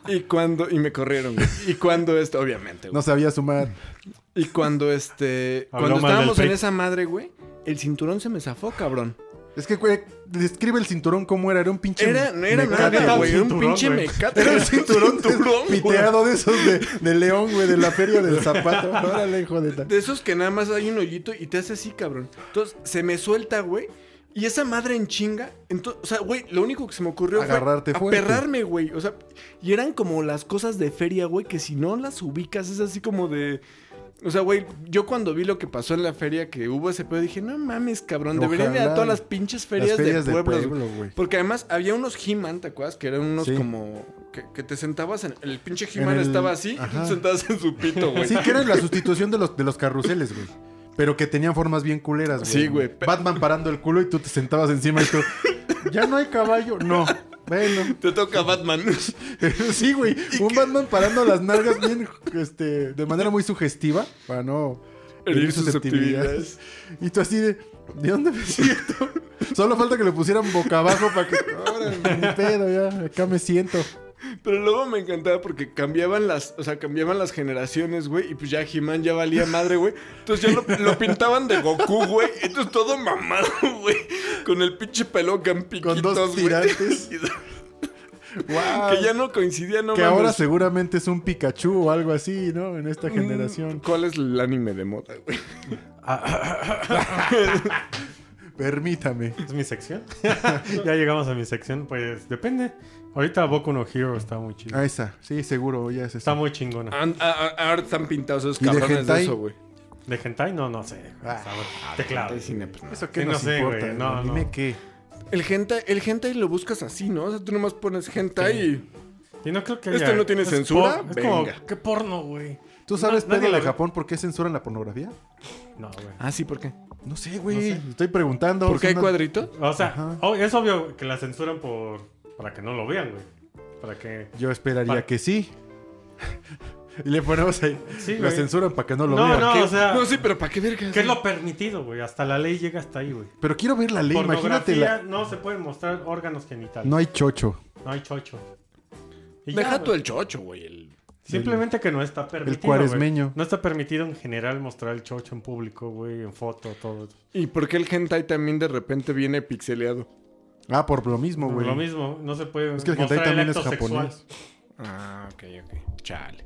A: güey.
C: y cuando, y me corrieron, güey. Y cuando esto, obviamente, güey.
A: No sabía sumar.
C: Y cuando este,
B: Habló mal
C: cuando
B: del
C: estábamos en
B: PRI.
C: esa madre, güey, el cinturón se me zafó, cabrón.
A: Es que, güey, describe el cinturón cómo era. Era un pinche.
C: Era, era
A: mecate,
C: nada, güey. Era un
B: Cinturón,
C: pinche
B: güey.
C: mecate.
A: Era un cinturón,
C: güey.
A: piteado de esos de, de león, güey, de la feria del zapato. Órale, hijo de la-
C: De esos que nada más hay un hoyito y te hace así, cabrón. Entonces, se me suelta, güey. Y esa madre en chinga. Entonces, o sea, güey, lo único que se me ocurrió
A: Agarrarte
C: fue
A: fuerte.
C: aperrarme, güey. O sea, y eran como las cosas de feria, güey, que si no las ubicas es así como de... O sea, güey, yo cuando vi lo que pasó en la feria que hubo ese pedo, dije, no mames, cabrón, deberían ir a
A: Ojalá.
C: todas las pinches ferias,
A: Las ferias
C: de
A: de
C: pueblos.
A: pueblo,
C: güey.
A: güey.
C: Porque además había unos He-Man, ¿te acuerdas? Que eran unos
A: Sí.
C: como... Que, que te sentabas en... El pinche He-Man
A: el-
C: estaba así y
A: Ajá.
C: te sentabas en su pito, güey.
A: Pues Sí, que era la sustitución de los, de los carruseles, güey. Pero que tenían formas bien culeras, güey.
C: Sí, güey.
A: Batman parando el culo y tú te sentabas encima y tú. Ya no hay caballo. No. Bueno.
C: Te toca Batman.
A: Sí, güey. Un Batman parando las nalgas bien, este, de manera muy sugestiva. Para no
C: Herir susceptibilidades.
A: Y tú así de. ¿De dónde me siento? Solo falta que le pusieran boca abajo para que. Órale, ni pedo, ya. Acá me siento.
C: Pero luego me encantaba porque cambiaban las, o sea, cambiaban las generaciones, güey. Y pues ya He-Man ya valía madre, güey. Entonces ya lo, lo pintaban de Goku, güey. Entonces todo mamado, güey. Con el pinche pelo campiquitos,
A: Con dos
C: güey.
A: tirantes.
C: Y-
A: ¡Wow!
C: que ya no coincidía, no
A: Que
C: mames.
A: ahora seguramente es un Pikachu o algo así, ¿no? En esta
C: Mm,
A: generación.
C: ¿Cuál es el anime de moda, güey?
A: Permítame.
B: ¿Es mi sección? ya llegamos a mi sección, pues depende. Ahorita Boku no Hero está muy chido.
A: Ah, esa. Sí, seguro, ya es
B: Está
A: esa.
B: muy chingona.
C: An- a- a- Ahora están pintados esos
A: ¿Y de
C: cabrones de,
A: hentai?
C: eso, güey.
B: ¿De hentai? No, no sé.
A: Ah,
B: Sabor. Teclado.
C: Hentai cine, pues, no.
A: ¿Eso qué
B: Sí, no
A: nos
B: sé,
A: importa?
B: güey, no,
A: Dime
B: no.
A: qué.
C: El hentai, el hentai lo buscas así, ¿no? O sea, tú nomás pones hentai
B: Sí.
C: y...
B: Y no creo que
C: ¿Esto
B: haya-
C: no tiene
B: es
C: censura?
B: por- Es como,
C: Venga.
B: ¿qué porno, güey?
A: ¿Tú sabes,
B: No, nadie
A: pedo, de
B: lo-
A: Japón por qué censuran la pornografía?
B: No, güey.
C: Ah, sí, ¿por qué?
A: No sé, güey. Estoy preguntando.
C: ¿Porque hay
A: Son-
C: cuadritos?
B: O sea,
A: Ajá.
B: oh, es obvio que la censuran por... Para que no lo vean, güey. Para que...
A: Yo esperaría
B: Pa-
A: que sí. y le ponemos ahí.
B: Sí,
A: la
B: güey.
A: censuran para que no lo
B: No,
A: vean.
B: no.
C: ¿Qué?
B: o sea-
C: No, sí, pero ¿para qué vergas?
B: ¿Qué es lo permitido, güey? Hasta la ley llega hasta ahí, güey.
A: Pero quiero ver la ley, imagínate.
B: Pornografía
A: la-
B: no se pueden mostrar órganos genitales.
A: No
B: No,
A: hay chocho.
B: hay chocho. Y ya,
C: Deja
B: güey.
C: tú el chocho, güey. el-
B: Simplemente que no está permitido.
A: cuaresmeño.
B: güey. No está permitido en general mostrar el chocho en público, güey, en foto, todo.
C: ¿Y por qué el hentai también de repente viene pixeleado?
A: Ah, por lo mismo, güey.
B: Lo mismo, no se puede.
A: Es que el hentai
B: mostrar
A: también es
B: acto sexual.
A: japonés.
C: Ah, ok, ok. Chale.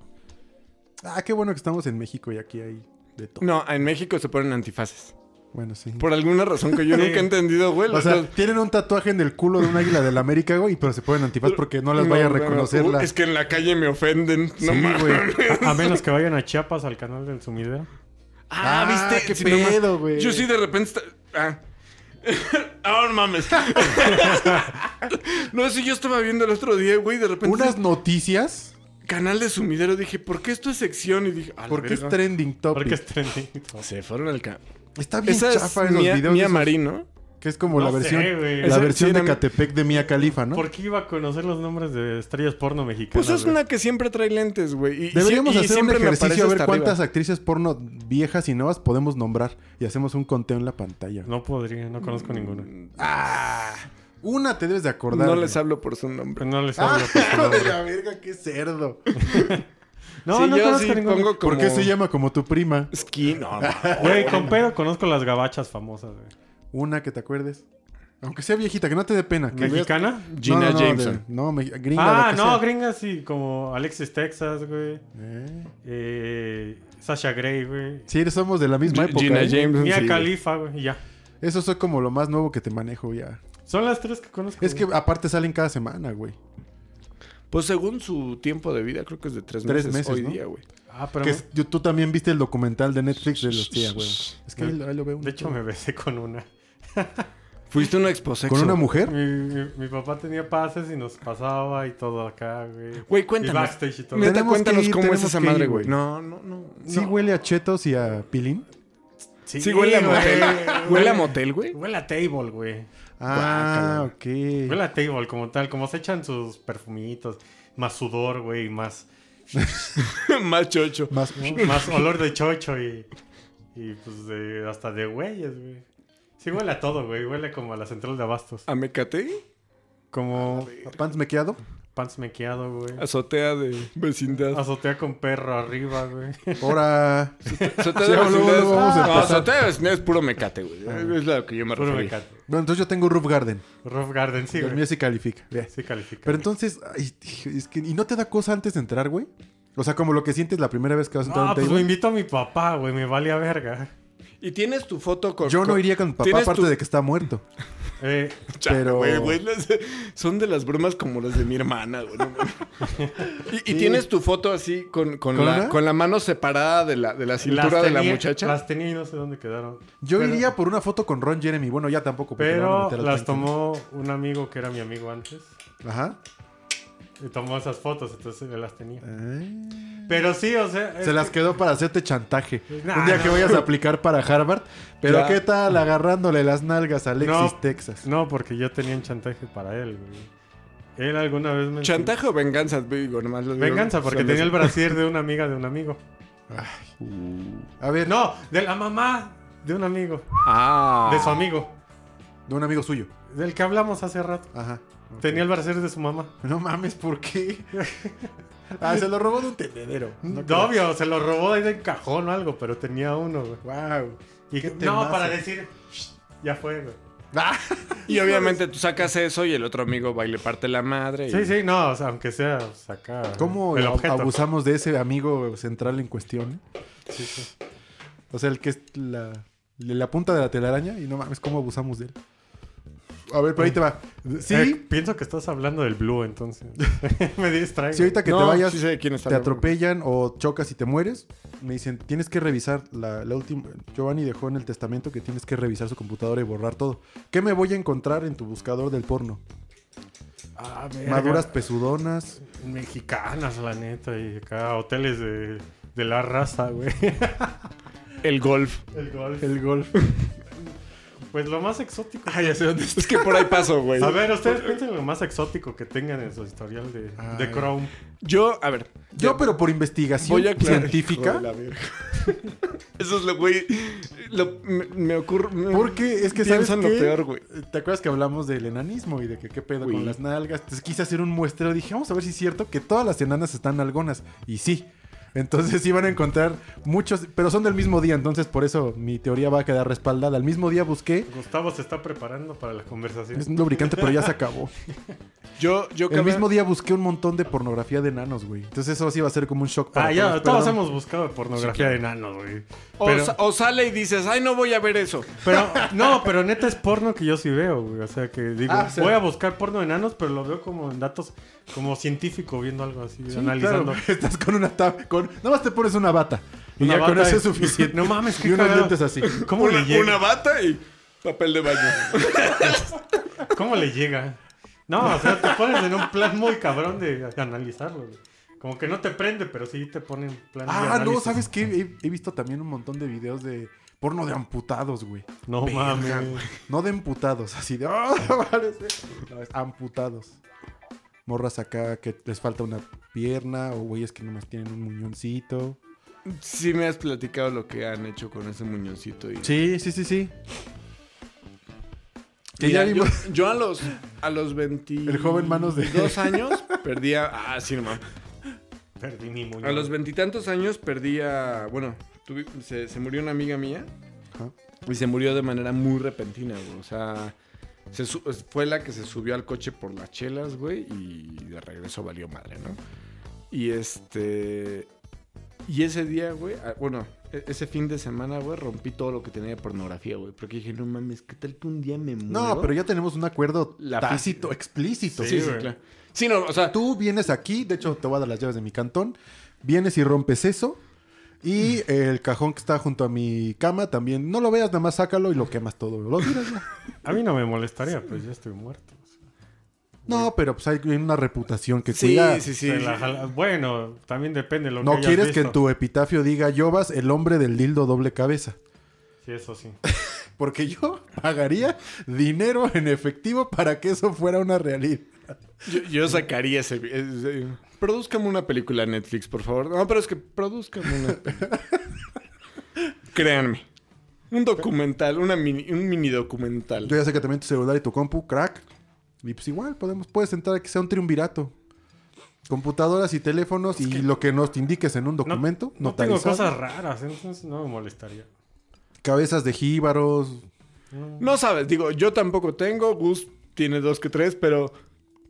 A: Ah, qué bueno que estamos en México y aquí hay de todo.
C: No, en México se ponen antifaces.
A: Bueno, sí.
C: Por alguna razón que yo
B: Sí.
C: nunca he entendido, güey.
A: O
C: los-
A: sea,
C: los-
A: tienen un tatuaje en el culo de un águila del América, güey, pero se ponen antifaz porque no las vaya a
C: no, no, no.
A: reconocer
C: Uh,
A: la-
C: Es que en la calle me ofenden.
A: Sí,
C: no mames.
A: güey.
B: A, a menos que vayan a Chiapas al canal del sumidero.
C: Ah,
A: Ah,
C: viste.
A: qué
C: Sí, no mames.
A: pedo, güey.
C: Yo sí de repente. esta- Ah. Ah, no mames. no, sí, yo estaba viendo el otro día, güey, de repente.
A: Unas noticias
C: Canal de sumidero, dije, ¿por qué esto es sección? Y dije, "A la
A: porque es
C: verga".
A: trending topic.
B: Porque es trending.
C: Se fueron al canal.
A: Está bien
C: Esa es
A: chafa en los
C: Mía,
A: videos.
C: Mía
A: esos,
C: Marín, ¿no?
A: que es como
B: No
A: la
B: sé,
A: versión,
B: güey.
A: la
C: Esa-
A: versión
C: sí,
A: de
C: era-
A: Catepec de Mía Califa, ¿no?
B: ¿Por qué iba a conocer los nombres de estrellas porno mexicanas?
C: Pues es
B: güey?
C: una que siempre trae lentes, güey. Y- y
A: Deberíamos
C: sie- y
A: hacer un
C: siempre me aparece
A: ejercicio a ver
C: hasta
A: cuántas
C: arriba.
A: actrices porno viejas y nuevas podemos nombrar y hacemos un conteo en la pantalla. Ah,
B: No podría, no conozco ninguna.
A: Una te debes de acordar.
C: No
A: güey.
C: les hablo por su nombre.
B: No les
A: Ah,
B: hablo. por su
A: hijo de
B: nombre.
A: la verga, qué cerdo.
B: No,
C: Sí,
B: no
C: yo
B: conozco
C: sí
B: ninguna.
C: pongo como...
A: ¿Por qué se llama como tu prima?
C: Skin, no. no.
B: Güey, con pedo conozco las gabachas famosas, güey.
A: Una que te acuerdes. Aunque sea viejita, que no te dé pena. Que veas-
B: ¿Mexicana?
C: Gina
A: no, no,
C: Jameson.
A: de- no, me- gringa.
B: Ah,
A: la que
B: no,
A: sea.
B: gringas sí, como Alexis Texas, güey.
A: Eh.
B: Eh, Sasha Grey, güey.
A: Sí, somos de la misma
C: G-
A: época.
C: Gina
A: ¿eh?
C: Jameson.
B: Mia
C: sí, güey.
B: Khalifa, güey, y ya.
A: Eso es como lo más nuevo que te manejo ya.
B: Son las tres que conozco.
A: Es que
B: güey.
A: aparte salen cada semana, güey.
C: Pues según su tiempo de vida, creo que es de tres,
A: Tres
C: meses,
A: meses,
C: hoy
A: ¿no?
C: día, güey.
B: Ah, pero.
A: Que
B: me-
A: es- yo- tú también viste el documental de Netflix de los tía, güey. Es que ahí, lo- ahí lo veo.
B: De hecho, me besé con una.
C: Fuiste una exposexo.
A: ¿Con una
B: Mi,
A: mujer?
B: mi- mi papá tenía pases y nos pasaba y todo acá, güey.
C: Güey,
B: Y
C: cuéntanos.
B: backstage y todo.
C: Neta,
A: Tenemos que
C: cuéntanos
A: ir,
C: cómo es
A: tenemos
C: esa
A: que
C: madre,
A: ir,
C: güey.
A: güey.
C: No, no, no.
A: Sí,
C: no.
A: huele a chetos y a pilín.
C: Sí, huele a motel. Huele a motel, güey.
B: Huele a table, güey.
A: Ah, ok.
B: Huele a table como tal, como se echan sus perfumitos. Más sudor, güey, más,
C: Más chocho.
A: Más-
B: más olor de chocho y, y pues de, hasta de güeyes, güey. Sí, huele a todo, güey. Huele como a la central de abastos.
C: ¿A Mecate?
B: Como.
A: ¿Pants mequeado?
B: Pants mequeado, güey.
C: Azotea de vecindad.
B: Azotea con perro arriba, güey.
A: Ahora,
C: Azotea
A: Sí,
C: de
A: luego,
C: vecindad.
A: luego vamos a
C: No,
A: empezar. Ah.
C: azotea de vecindad es puro mecate, güey. Es lo que yo me
B: Puro
C: refería.
B: mecate.
A: bueno, entonces yo tengo Roof Garden.
B: Rough Garden, sí,
A: el
B: güey.
A: mío sí califica. vea.
B: Sí califica.
A: Pero entonces, ay, es que, ¿y no te da cosa antes de entrar, güey? O sea, como lo que sientes la primera vez que vas a entrar a
B: Ah,
A: un
B: pues
A: table.
B: lo invito a mi papá, güey. Me vale a verga.
C: Y tienes tu foto con...
A: Yo no
C: con-
A: iría con mi papá,
C: tienes
A: aparte
C: tu-
A: de que está muerto.
B: Eh,
C: Chale,
A: Pero-
C: güey, güey, las- son de las bromas como las de mi hermana, güey. no mames. y, y tienes tu foto así con, con,
A: ¿Con
C: la,
A: una?
C: con la mano separada de la, de la cintura
B: las
C: de la
B: tenía-
C: muchacha.
B: Las tenía y no sé dónde quedaron.
A: Yo
B: Pero-
A: iría por una foto con Ron Jeremy. Bueno, ya tampoco. porque le van a
B: Pero
A: meter al
B: las
A: tanque.
B: tomó un amigo que era mi amigo antes.
A: Ajá.
B: Y tomó esas fotos, entonces yo las tenía.
A: Ah.
B: Pero sí, o sea. es
A: Se las
B: que-
A: quedó para hacerte chantaje.
B: Pues, Nah,
A: Un día que
B: no.
A: vayas a aplicar para Harvard. Pero
C: Ya.
A: ¿qué tal agarrándole las nalgas a Alexis,
B: No.
A: Texas?
B: No, porque yo tenía un chantaje para él, güey. Él alguna vez me.
C: ¿Chantaje o venganza? Digo, nomás lo digo.
B: Venganza, porque
C: Son
B: tenía el
C: los-
B: brasier de una amiga de un amigo.
A: A ver,
B: No, de la mamá de un amigo.
C: Ah.
B: De su amigo.
A: de un amigo suyo.
B: Del que hablamos hace rato.
A: Ajá.
B: Tenía el brasier de su mamá.
A: No mames, ¿por qué? ah, se lo robó de un tendedero.
B: No, obvio, se lo robó ahí del cajón o algo, pero tenía uno, güey.
A: Wow.
B: Y
A: ¿Qué
B: no,
A: temazo?
B: para decir, "Shh, ya fue, güey.
C: Y obviamente tú sacas eso y el otro amigo va y le parte la madre. y-
B: Sí, sí, no, o sea, aunque sea sacar
A: ¿Cómo
B: el
A: ab-
B: objeto.
A: abusamos de ese amigo central en cuestión? O sea, el que es la, la punta de la telaraña. Y no mames, ¿cómo abusamos de él? A ver, pero ahí te va. Sí,
B: Eh, pienso que estás hablando del blue, entonces. Me distraigo.
A: si ahorita que te
C: No,
A: vayas,
C: sí sé de quién está
A: te
C: hablando.
A: atropellan o chocas y te mueres, me dicen, tienes que revisar la, la última... Giovanni dejó en el testamento que tienes que revisar su computadora y borrar todo. ¿Qué me voy a encontrar en tu buscador del porno?
B: Ah, verga.
A: Maduras pesudonas.
B: mexicanas, la neta, y acá hoteles de, de la raza, güey.
C: El golf.
B: El golf.
A: El golf.
B: Pues lo más exótico.
C: Es que por ahí paso, güey.
B: A ver, ustedes piensen lo más exótico que tengan en su historial de, de
A: Ay.
B: Chrome.
C: Yo, a ver.
A: Yo, pero por investigación
C: Voy a aclarar. Hijo de
A: científica.
C: la verga. Eso es lo, güey. lo- me, me ocurre. me-
A: Porque es que sabes
C: Piensan lo
A: qué?
C: peor, güey.
A: ¿Te acuerdas que hablamos del enanismo y de que qué pedo
C: Güey.
A: con las nalgas? Entonces quise hacer un muestreo. Dije, vamos a ver si es cierto que todas las enanas están algonas. Y sí. Entonces iban a encontrar muchos, pero son del mismo día. Entonces por eso mi teoría va a quedar respaldada. Al mismo día busqué.
B: Gustavo se está preparando para la conversación.
A: Es un lubricante, pero ya se acabó.
C: Yo, yo
A: El
C: cabe-
A: mismo día busqué un montón de pornografía de enanos, güey. Entonces eso sí va a ser como un shock para
B: Ah, ya,
A: todos.
B: todos
A: Perdón.
B: hemos buscado pornografía de enanos, güey.
C: O,
B: Pero,
C: sa- o sale y dices, ay, no voy a ver eso.
B: pero- no, pero neta es porno que yo sí veo, güey. O sea que digo,
A: Ah, o sea-
B: voy a buscar porno de enanos, pero lo veo como en datos, como científico, viendo algo así,
A: Sí,
B: analizando.
A: claro. Estás con una tab con nada más te pones una bata y
B: Una
A: ya con
B: bata
A: eso
B: de-
A: es suficiente.
B: No mames, qué
A: y unos
B: cagado.
A: lentes así.
B: ¿Cómo
C: una,
B: le llega?
C: una bata y papel de baño.
B: ¿Cómo le llega? No, o sea, te pones en un plan muy cabrón de, de analizarlo, güey. Como que no te prende, pero sí te pone en plan de
A: Ah, no,
B: análisis.
A: ¿sabes qué? He, he visto también un montón de videos de porno de amputados, güey.
B: No mames.
A: No de amputados, así de... "Ah, vale, sí". No, es amputados. Morras acá que les falta una pierna o güeyes que nomás tienen un muñoncito.
C: sí me has platicado lo que han hecho con ese muñoncito. Y...
A: Sí, sí, sí, sí. Que
C: Mira,
A: ya
C: yo,
A: vimos...
C: yo a los a los 22
A: El joven manos de-
C: años perdía... Ah, sí, no mames.
B: Perdí mi muñeco.
C: A los veintitantos años perdía... Bueno, tuve- se, se murió una amiga mía.
A: Ajá.
C: Y se murió de manera muy repentina, güey. O sea, se su- fue la que se subió al coche por las chelas, güey. Y de regreso valió madre, ¿no? Y este. Y ese día, güey. ah, Bueno, e- ese fin de semana, güey, rompí todo lo que tenía de pornografía, güey. Porque dije, no mames, ¿qué tal que un día me muero?
A: No, pero ya tenemos un acuerdo
C: La-
A: tácito, explícito.
C: Sí, sí,
B: güey.
C: claro. Sí, no, o sea, tú.
A: Tú vienes aquí, de hecho te voy a dar las llaves de mi cantón, vienes y rompes eso. Y el cajón que está junto a mi cama también, no lo veas, nada más sácalo y lo quemas todo. Lo tiras, ¿no?
B: A mí no me molestaría, pues ya estoy muerto. o sea.
A: No, pero pues hay una reputación que
C: Sí,
A: cuidar.
C: sí, sí.
B: Se la jala- Bueno, también depende lo que
A: No
B: hayas
A: quieres que en
B: visto.
A: tu epitafio diga Yobas, el hombre del dildo doble cabeza.
B: Sí, eso sí.
A: Porque yo pagaría dinero en efectivo para que eso fuera una realidad.
C: Yo, yo sacaría ese. ese- Produzcame una película Netflix, por favor. No, pero es que produzcame una. película. Créanme. Un documental, una mini- un mini documental.
A: Yo ya sé que también tu celular y tu compu, crack. Y pues igual podemos, puedes entrar a que sea un triunvirato. Computadoras y teléfonos y lo que nos indiques en un
B: No-
A: documento.
B: No, tengo
A: notarizado.
B: cosas raras, entonces no me molestaría.
A: Cabezas de jíbaros.
C: No sabes, digo, yo tampoco tengo, Gus tiene dos que tres, pero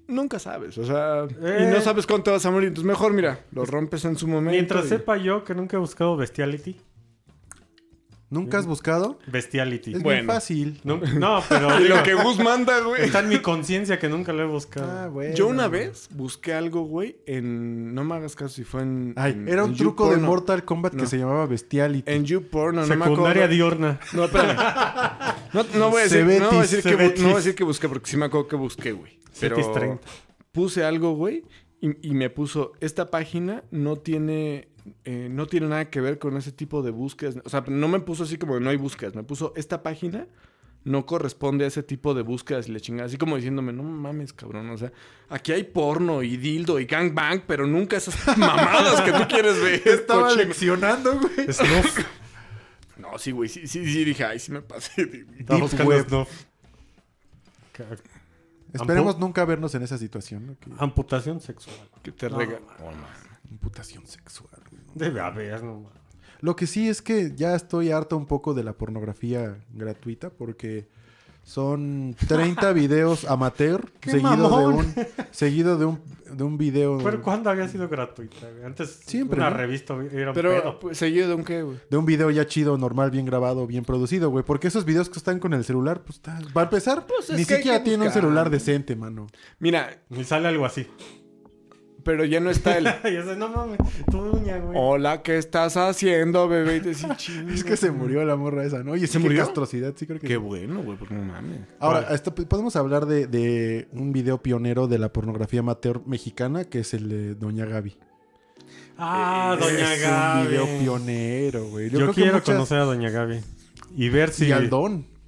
C: nunca sabes, o sea, y no
B: Eh.
C: sabes cuánto vas a morir, entonces mejor mira, lo rompes en su momento.
B: Mientras
C: y-
B: sepa yo que nunca he buscado bestiality.
A: ¿Nunca has buscado?
B: Bestiality.
A: Es bien
C: Bueno.
A: fácil.
B: No, no, pero
C: Y
B: digo,
C: lo que Gus manda, güey.
B: está en mi conciencia que nunca lo he buscado.
A: Ah, bueno.
C: Yo una vez busqué algo, güey, en no me hagas caso si fue en
A: Ay,
C: en-
A: era
C: en
A: un truco de
C: YouPorno.
A: Mortal Kombat que
C: No.
A: se llamaba Bestiality.
C: en YouPorno, no me acuerdo.
B: Secundaria diurna.
C: No, espérame. No, no voy a decir, no voy a decir
A: Cebetis,
C: que, bu-
A: Cebetis.
C: no voy a decir que busqué, porque sí me acuerdo que busqué, güey. Pero
B: Cetis 30.
C: puse algo, güey, y, y me puso, esta página no tiene, eh, no tiene nada que ver con ese tipo de búsquedas. O sea, no me puso así como de no hay búsquedas, me puso, esta página no corresponde a ese tipo de búsquedas y la chingada. Así como diciéndome, no mames, cabrón, o sea, aquí hay porno y dildo y gangbang, pero nunca esas mamadas que tú quieres ver.
A: Estaba
C: coche".
A: leccionando, güey.
B: Snuff.
C: No, sí, güey, sí, sí, sí, dije, ay, sí me pasé. de-
B: Estaba
A: Deep
B: buscando
A: web.
B: Snuff. Ca-
A: Esperemos nunca vernos en esa situación. ¿no? Que-
B: Amputación sexual.
C: Que te
B: No,
C: rega.
A: Imputación sexual. güey, ¿no?
B: Debe haber, no mames.
A: Lo que sí es que ya estoy harto un poco de la pornografía gratuita porque son 30 videos amateur
B: ¡Qué
A: seguido, de
B: mamón!
A: un, seguido de un de un video
C: Mm.
B: Pero ¿cuándo había sido gratuita? güey? Antes
A: Siempre,
B: una
A: ¿no?
B: revista era un
C: Pero
B: pedo.
C: pues, seguido de un qué, güey.
A: de un video ya chido, normal, bien grabado, bien producido, güey, porque esos videos que están con el celular, pues tal. Para empezar,
C: Pues, es
A: ni
C: que hay
A: siquiera
C: que
A: tiene un
C: buscar.
A: celular decente, mano.
C: Mira,
B: Y sale algo así.
C: pero ya no está el.
B: y yo sé, no mames, tu uña, güey.
A: Oh,
C: Hola, ¿qué estás haciendo, bebé? Y te decía, "Chinga".
A: Es que se murió la morra esa, ¿no? Oye,
C: ¿Se
A: sí, qué
C: murió?
A: Castrosidad, sí creo que
C: Qué
A: sí.
C: bueno, güey, porque no mames.
A: Ahora, esto- podemos hablar de, de un video pionero de la pornografía amateur mexicana, que es el de Doña Gaby.
B: Ah,
C: Es
B: Doña
A: es
B: Gaby.
A: un video pionero, güey.
B: Yo,
A: creo que
B: quiero
A: muchas-
B: conocer a Doña Gaby. Y ver si.
A: Y al Don.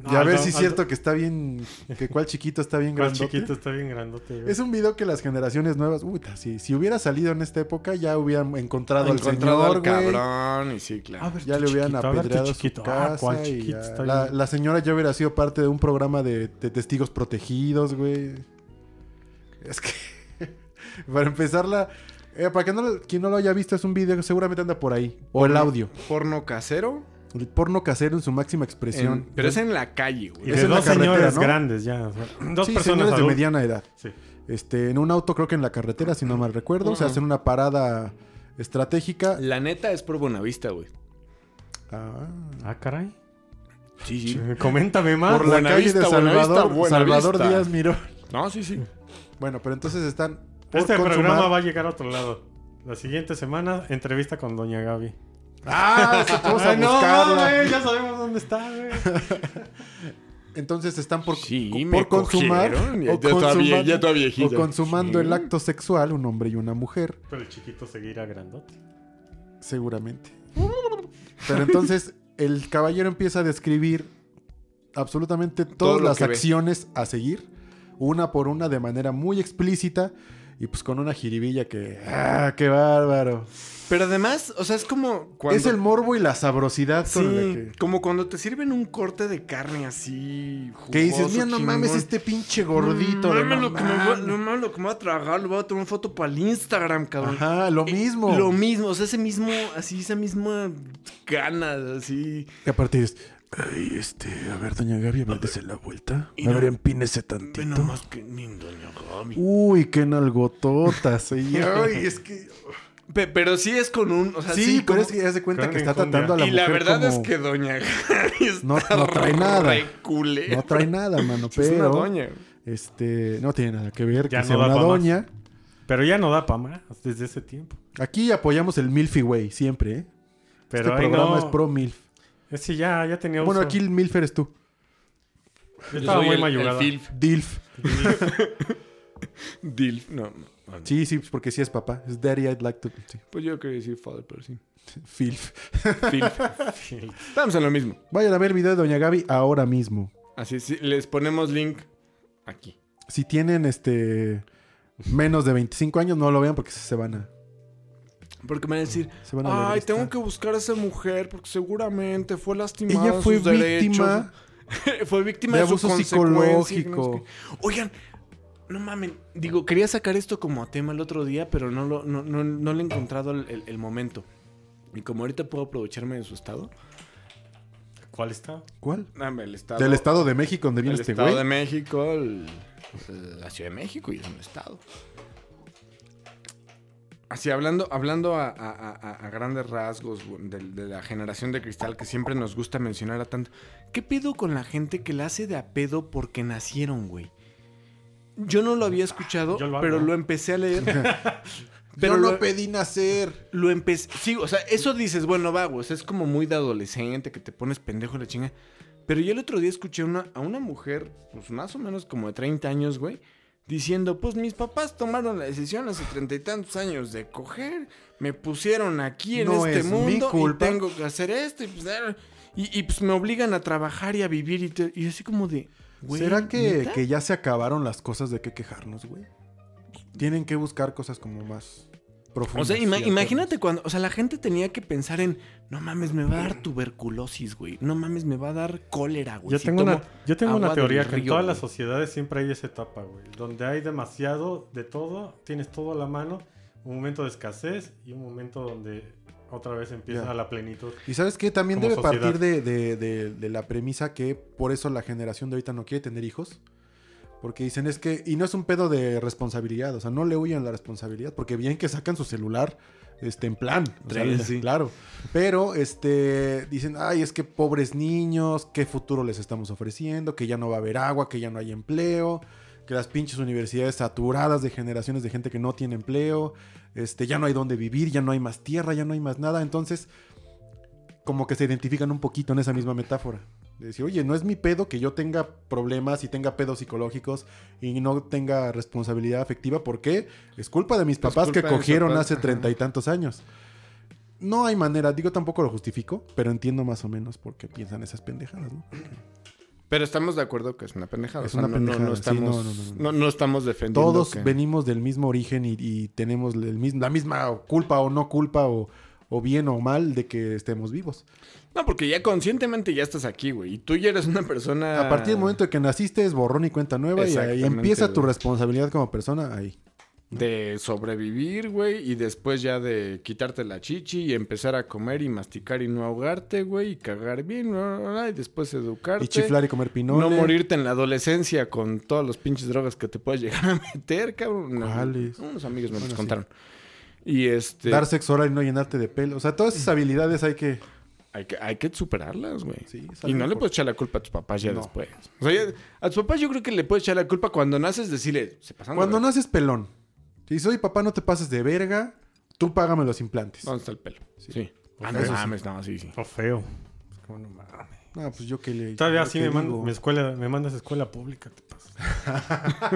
B: No,
A: y a
B: al
A: ver
B: Don-
A: si es
B: al
A: cierto que está bien. Que cuál chiquito está bien
B: Don- cuál
A: grandote.
B: chiquito está bien grandote. güey.
A: Es un video que las generaciones nuevas. Uy, si, si hubiera salido en esta época, ya hubieran encontrado,
C: Encontrado
A: al señor,
C: al
A: güey.
C: cabrón, y sí, claro.
B: A ver,
A: Ya
B: tu
A: le hubieran
B: chiquito, a ver tu
A: apedreado su
B: chiquito.
A: casa.
B: Ah, ¿cuál
A: y
B: chiquito
A: ya.
B: está
A: la,
B: bien?
A: la señora ya hubiera sido parte de un programa de, de testigos protegidos, güey. Es que. para empezarla. eh, para que no, lo- quien no lo haya visto, es un video que seguramente anda por ahí. O el audio.
C: Porno casero.
A: El porno casero en su máxima expresión.
C: en- pero es en la calle, güey.
B: Y
A: es
B: de
A: en la
B: dos
A: carretera,
B: señores
A: ¿no?
B: grandes ya. o sea, dos
A: Sí,
B: personas
A: señores de
B: adultas.
A: mediana edad.
B: Sí.
A: Este, en un auto, creo que en la carretera, si no mal recuerdo. Se
C: Ujú.
A: hacen una parada estratégica.
C: La neta es por Buenavista, güey.
A: Ah.
B: Ah, caray.
C: Sí, sí.
B: Coméntame más.
A: Por la calle
C: Buenavista,
A: de Salvador,
C: Buenavista, Buenavista.
A: Salvador Díaz Miró.
C: No, sí, sí.
A: Bueno, pero entonces están. por
B: Este
A: consumar-
B: programa va a llegar a otro lado. La siguiente semana, entrevista con Doña Gaby.
A: Ah, sí, vamos a
B: Ay, no,
A: buscarla.
B: mames, ya sabemos dónde está, güey.
A: Entonces están por,
C: Sí,
A: co-
C: me
A: por consumar.
C: cogieron.
A: o
C: Ya estaba vie-
A: consumando-
C: ya estaba viejita.
A: o consumando
C: Sí.
A: el acto sexual, un hombre y una mujer,
B: Pero el chiquito seguirá grandote.
A: seguramente. Pero entonces el caballero empieza a describir absolutamente todas
C: lo
A: las
C: que ve.
A: acciones a seguir, una por una, de manera muy explícita. Y pues con una jiribilla que. ¡Ah, qué bárbaro!
C: Pero además, o sea, es como cuando.
A: Es el morbo y la sabrosidad
C: Sí,
A: con la que.
C: como cuando te sirven un corte de carne así. Jugoso,
A: Que dices, mira, no mames,
C: chingón".
A: este pinche gordito.
C: No
A: de,
C: mames,
A: no
C: lo Mm, que me voy, a-
A: mames".
C: no mames, lo que me voy a tragar, lo voy a tomar foto para el Instagram, cabrón.
A: Ajá, lo
C: Eh,
A: mismo.
C: Lo mismo, o sea, ese mismo, así, esa misma ganas, así.
A: Y aparte es. Ay, este, a ver, doña Gaby, métese la vuelta.
C: Y no-
A: empínese
C: Ve nomás que ni doña Gaby.
A: Uy, qué nalgototas. y, ay, es que.
C: Pe- pero sí es con un, o sea,
A: sí,
C: sí,
A: pero
C: como-
A: es que ya se cuenta
B: Gran
A: que está
B: enjundia.
A: tratando a la
C: y
A: mujer.
C: la verdad
A: como-
C: es que doña Gaby está
A: No- no trae nada.
C: re culera.
A: No trae nada, mano.
C: Sí,
A: Pero.
C: es una doña.
A: Este. No tiene nada que ver
B: Ya
A: que
B: no
A: sea
B: da
A: una
B: pa' más.
A: doña.
B: Pero ya no da para más desde ese tiempo.
A: Aquí apoyamos el Milfy Way, siempre, ¿eh?
B: Pero
A: este
B: ahí
A: programa
B: no.
A: es pro Milf.
B: Ese ya, ya tenía
A: Bueno,
B: uso.
A: aquí el Milf eres tú.
B: Yo estaba muy mayugada.
C: Dilf.
A: Dilf.
C: Dilf. No, no, no.
A: Sí, sí, pues porque sí es papá. Es Daddy, I'd like to. Sí,
C: Pues yo quería decir father, pero sí.
A: Filf.
C: Dilf.
B: Sí.
C: Estamos en lo mismo.
A: Vayan a ver el video de Doña Gaby ahora mismo.
C: Así es, sí, les ponemos link aquí.
A: Si tienen este menos de 25 años, no lo vean porque se van a.
C: Porque me van a decir,
A: Se van a
C: ay,
A: molestar".
C: tengo que buscar a esa mujer porque seguramente fue lastimada.
A: Ella
C: en
A: fue
C: sus
A: víctima
C: derechos". fue víctima
A: de
C: de,
A: abuso
C: su consecuencia,
A: psicológico.
C: que no sé qué. Oigan, no mames, digo, quería sacar esto como tema el otro día, pero no, lo, no, no, no le he encontrado el, el- el momento. Y como ahorita puedo aprovecharme de su estado,
B: ¿Cuál está?
A: ¿Cuál?
C: dame el estado.
A: Del Estado de México, donde viene
C: el
A: este
C: estado
A: güey.
C: de México, el- pues, la Ciudad de México y es un estado. Así, hablando, hablando a, a- a- a grandes rasgos güey, de, de la generación de cristal que siempre nos gusta mencionar a tanto, ¿qué pedo con la gente que la hace de a pedo porque nacieron, güey? Yo no lo había escuchado,
B: Ah, Yo lo hago.
C: pero lo empecé a leer. pero
A: Yo
C: lo-
A: no pedí nacer.
C: lo empecé. Sí, o sea, eso dices, bueno, va, güey. o sea, es como muy de adolescente que te pones pendejo y la chinga. Pero yo el otro día escuché una, a una mujer, pues más o menos como de 30 años, güey, diciendo: Pues mis papás tomaron la decisión hace treinta y tantos años de coger. Me pusieron aquí en
A: No
C: este
A: es mi
C: mundo
A: culpa."
C: y tengo que hacer esto. Y pues, ah, y, y, pues me obligan a trabajar y a vivir. Y, te- y así como de. güey,
A: ¿Será que,
C: ¿neta?
A: que ya se acabaron las cosas de qué quejarnos, güey? Tienen que buscar cosas como más
C: O
A: profundas.
C: sea, ima-
A: y
C: imagínate cuando, o sea, la gente tenía que pensar en, no mames, me va a dar tuberculosis, güey. No mames, me va a dar cólera, güey.
B: Yo
C: Si
B: tengo,
C: tomo-
B: una, yo tengo una
C: agua
B: teoría
C: del
B: que en
C: río,
B: todas
C: güey.
B: las sociedades siempre hay esa etapa, güey. Donde hay demasiado de todo, tienes todo a la mano, un momento de escasez y un momento donde otra vez empieza
A: Ya.
B: la plenitud.
A: Y sabes que también
B: Como
A: debe
B: sociedad.
A: partir de, de- de- de la premisa que por eso la generación de ahorita no quiere tener hijos. Porque dicen es que, y no es un pedo de responsabilidad, o sea, no le huyen la responsabilidad, porque bien que sacan su celular este, en plan, o sea,
C: Real, sí.
A: claro. Pero este dicen, ay, es que pobres niños, qué futuro les estamos ofreciendo, que ya no va a haber agua, que ya no hay empleo, que las pinches universidades saturadas de generaciones de gente que no tiene empleo, este, ya no hay dónde vivir, ya no hay más tierra, ya no hay más nada. Entonces, como que se identifican un poquito en esa misma metáfora. De decir, oye, no es mi pedo que yo tenga problemas y tenga pedos psicológicos y no tenga responsabilidad afectiva. ¿Por qué? Es culpa de mis papás
C: culpa
A: que
C: de mis
A: cogieron
C: papás,
A: hace
C: ajá.
A: treinta y tantos años. No hay manera, digo tampoco lo justifico, pero entiendo más o menos por qué piensan esas pendejadas, ¿no?
C: Pero estamos de acuerdo que es una pendejada.
A: Es
C: o sea,
A: una
C: no- no- No,
A: pendejada, sí,
C: estamos,
A: no, no,
C: no,
A: no, no.
C: no estamos defendiendo.
A: Todos
C: que-
A: venimos del mismo origen y, y tenemos el mismo- la misma culpa o no culpa o, o bien o mal de que estemos vivos.
C: No, porque ya conscientemente ya estás aquí, güey. Y tú ya eres una persona.
A: A partir del momento de que naciste es borrón y cuenta nueva y ahí
C: Exactamente,
A: empieza tu
C: güey.
A: responsabilidad como persona ahí.
C: De sobrevivir, güey, y después ya de quitarte la chichi y empezar a comer y masticar y no ahogarte, güey, y cagar bien, bla, bla, bla, y después educarte.
A: Y chiflar y comer
C: No,
A: pinole.
C: morirte en la adolescencia con todas las pinches drogas que te puedes llegar a meter, cabrón. No,
A: ¿Cuáles?
C: Unos amigos me
A: Bueno,
C: los
A: sí.
C: contaron. Y este.
A: Dar sexo oral y no llenarte de pelo. O sea, todas esas habilidades hay que...
C: Hay que, hay que superarlas, güey.
A: Sí,
C: y
A: salen
C: no le
A: por-
C: puedes echar la culpa a tus papás ya
A: No.
C: después. O sea, ya- a tus papás yo creo que le puedes echar la culpa cuando naces, decirle, se pasan. de
A: Cuando
C: ver-
A: naces pelón. Si soy papá no te pases de verga, tú págame los implantes.
C: ¿Dónde está el pelo? Sí. Ah,
A: Eso
C: no
A: sí.
C: mames, no, sí, sí.
B: O feo. Pues, ¿cómo no mames?
A: Ah, pues yo que le...
B: Todavía
A: yo
B: así
A: que digo.
B: me, mando, mi escuela, me mandas a escuela pública, te pasa.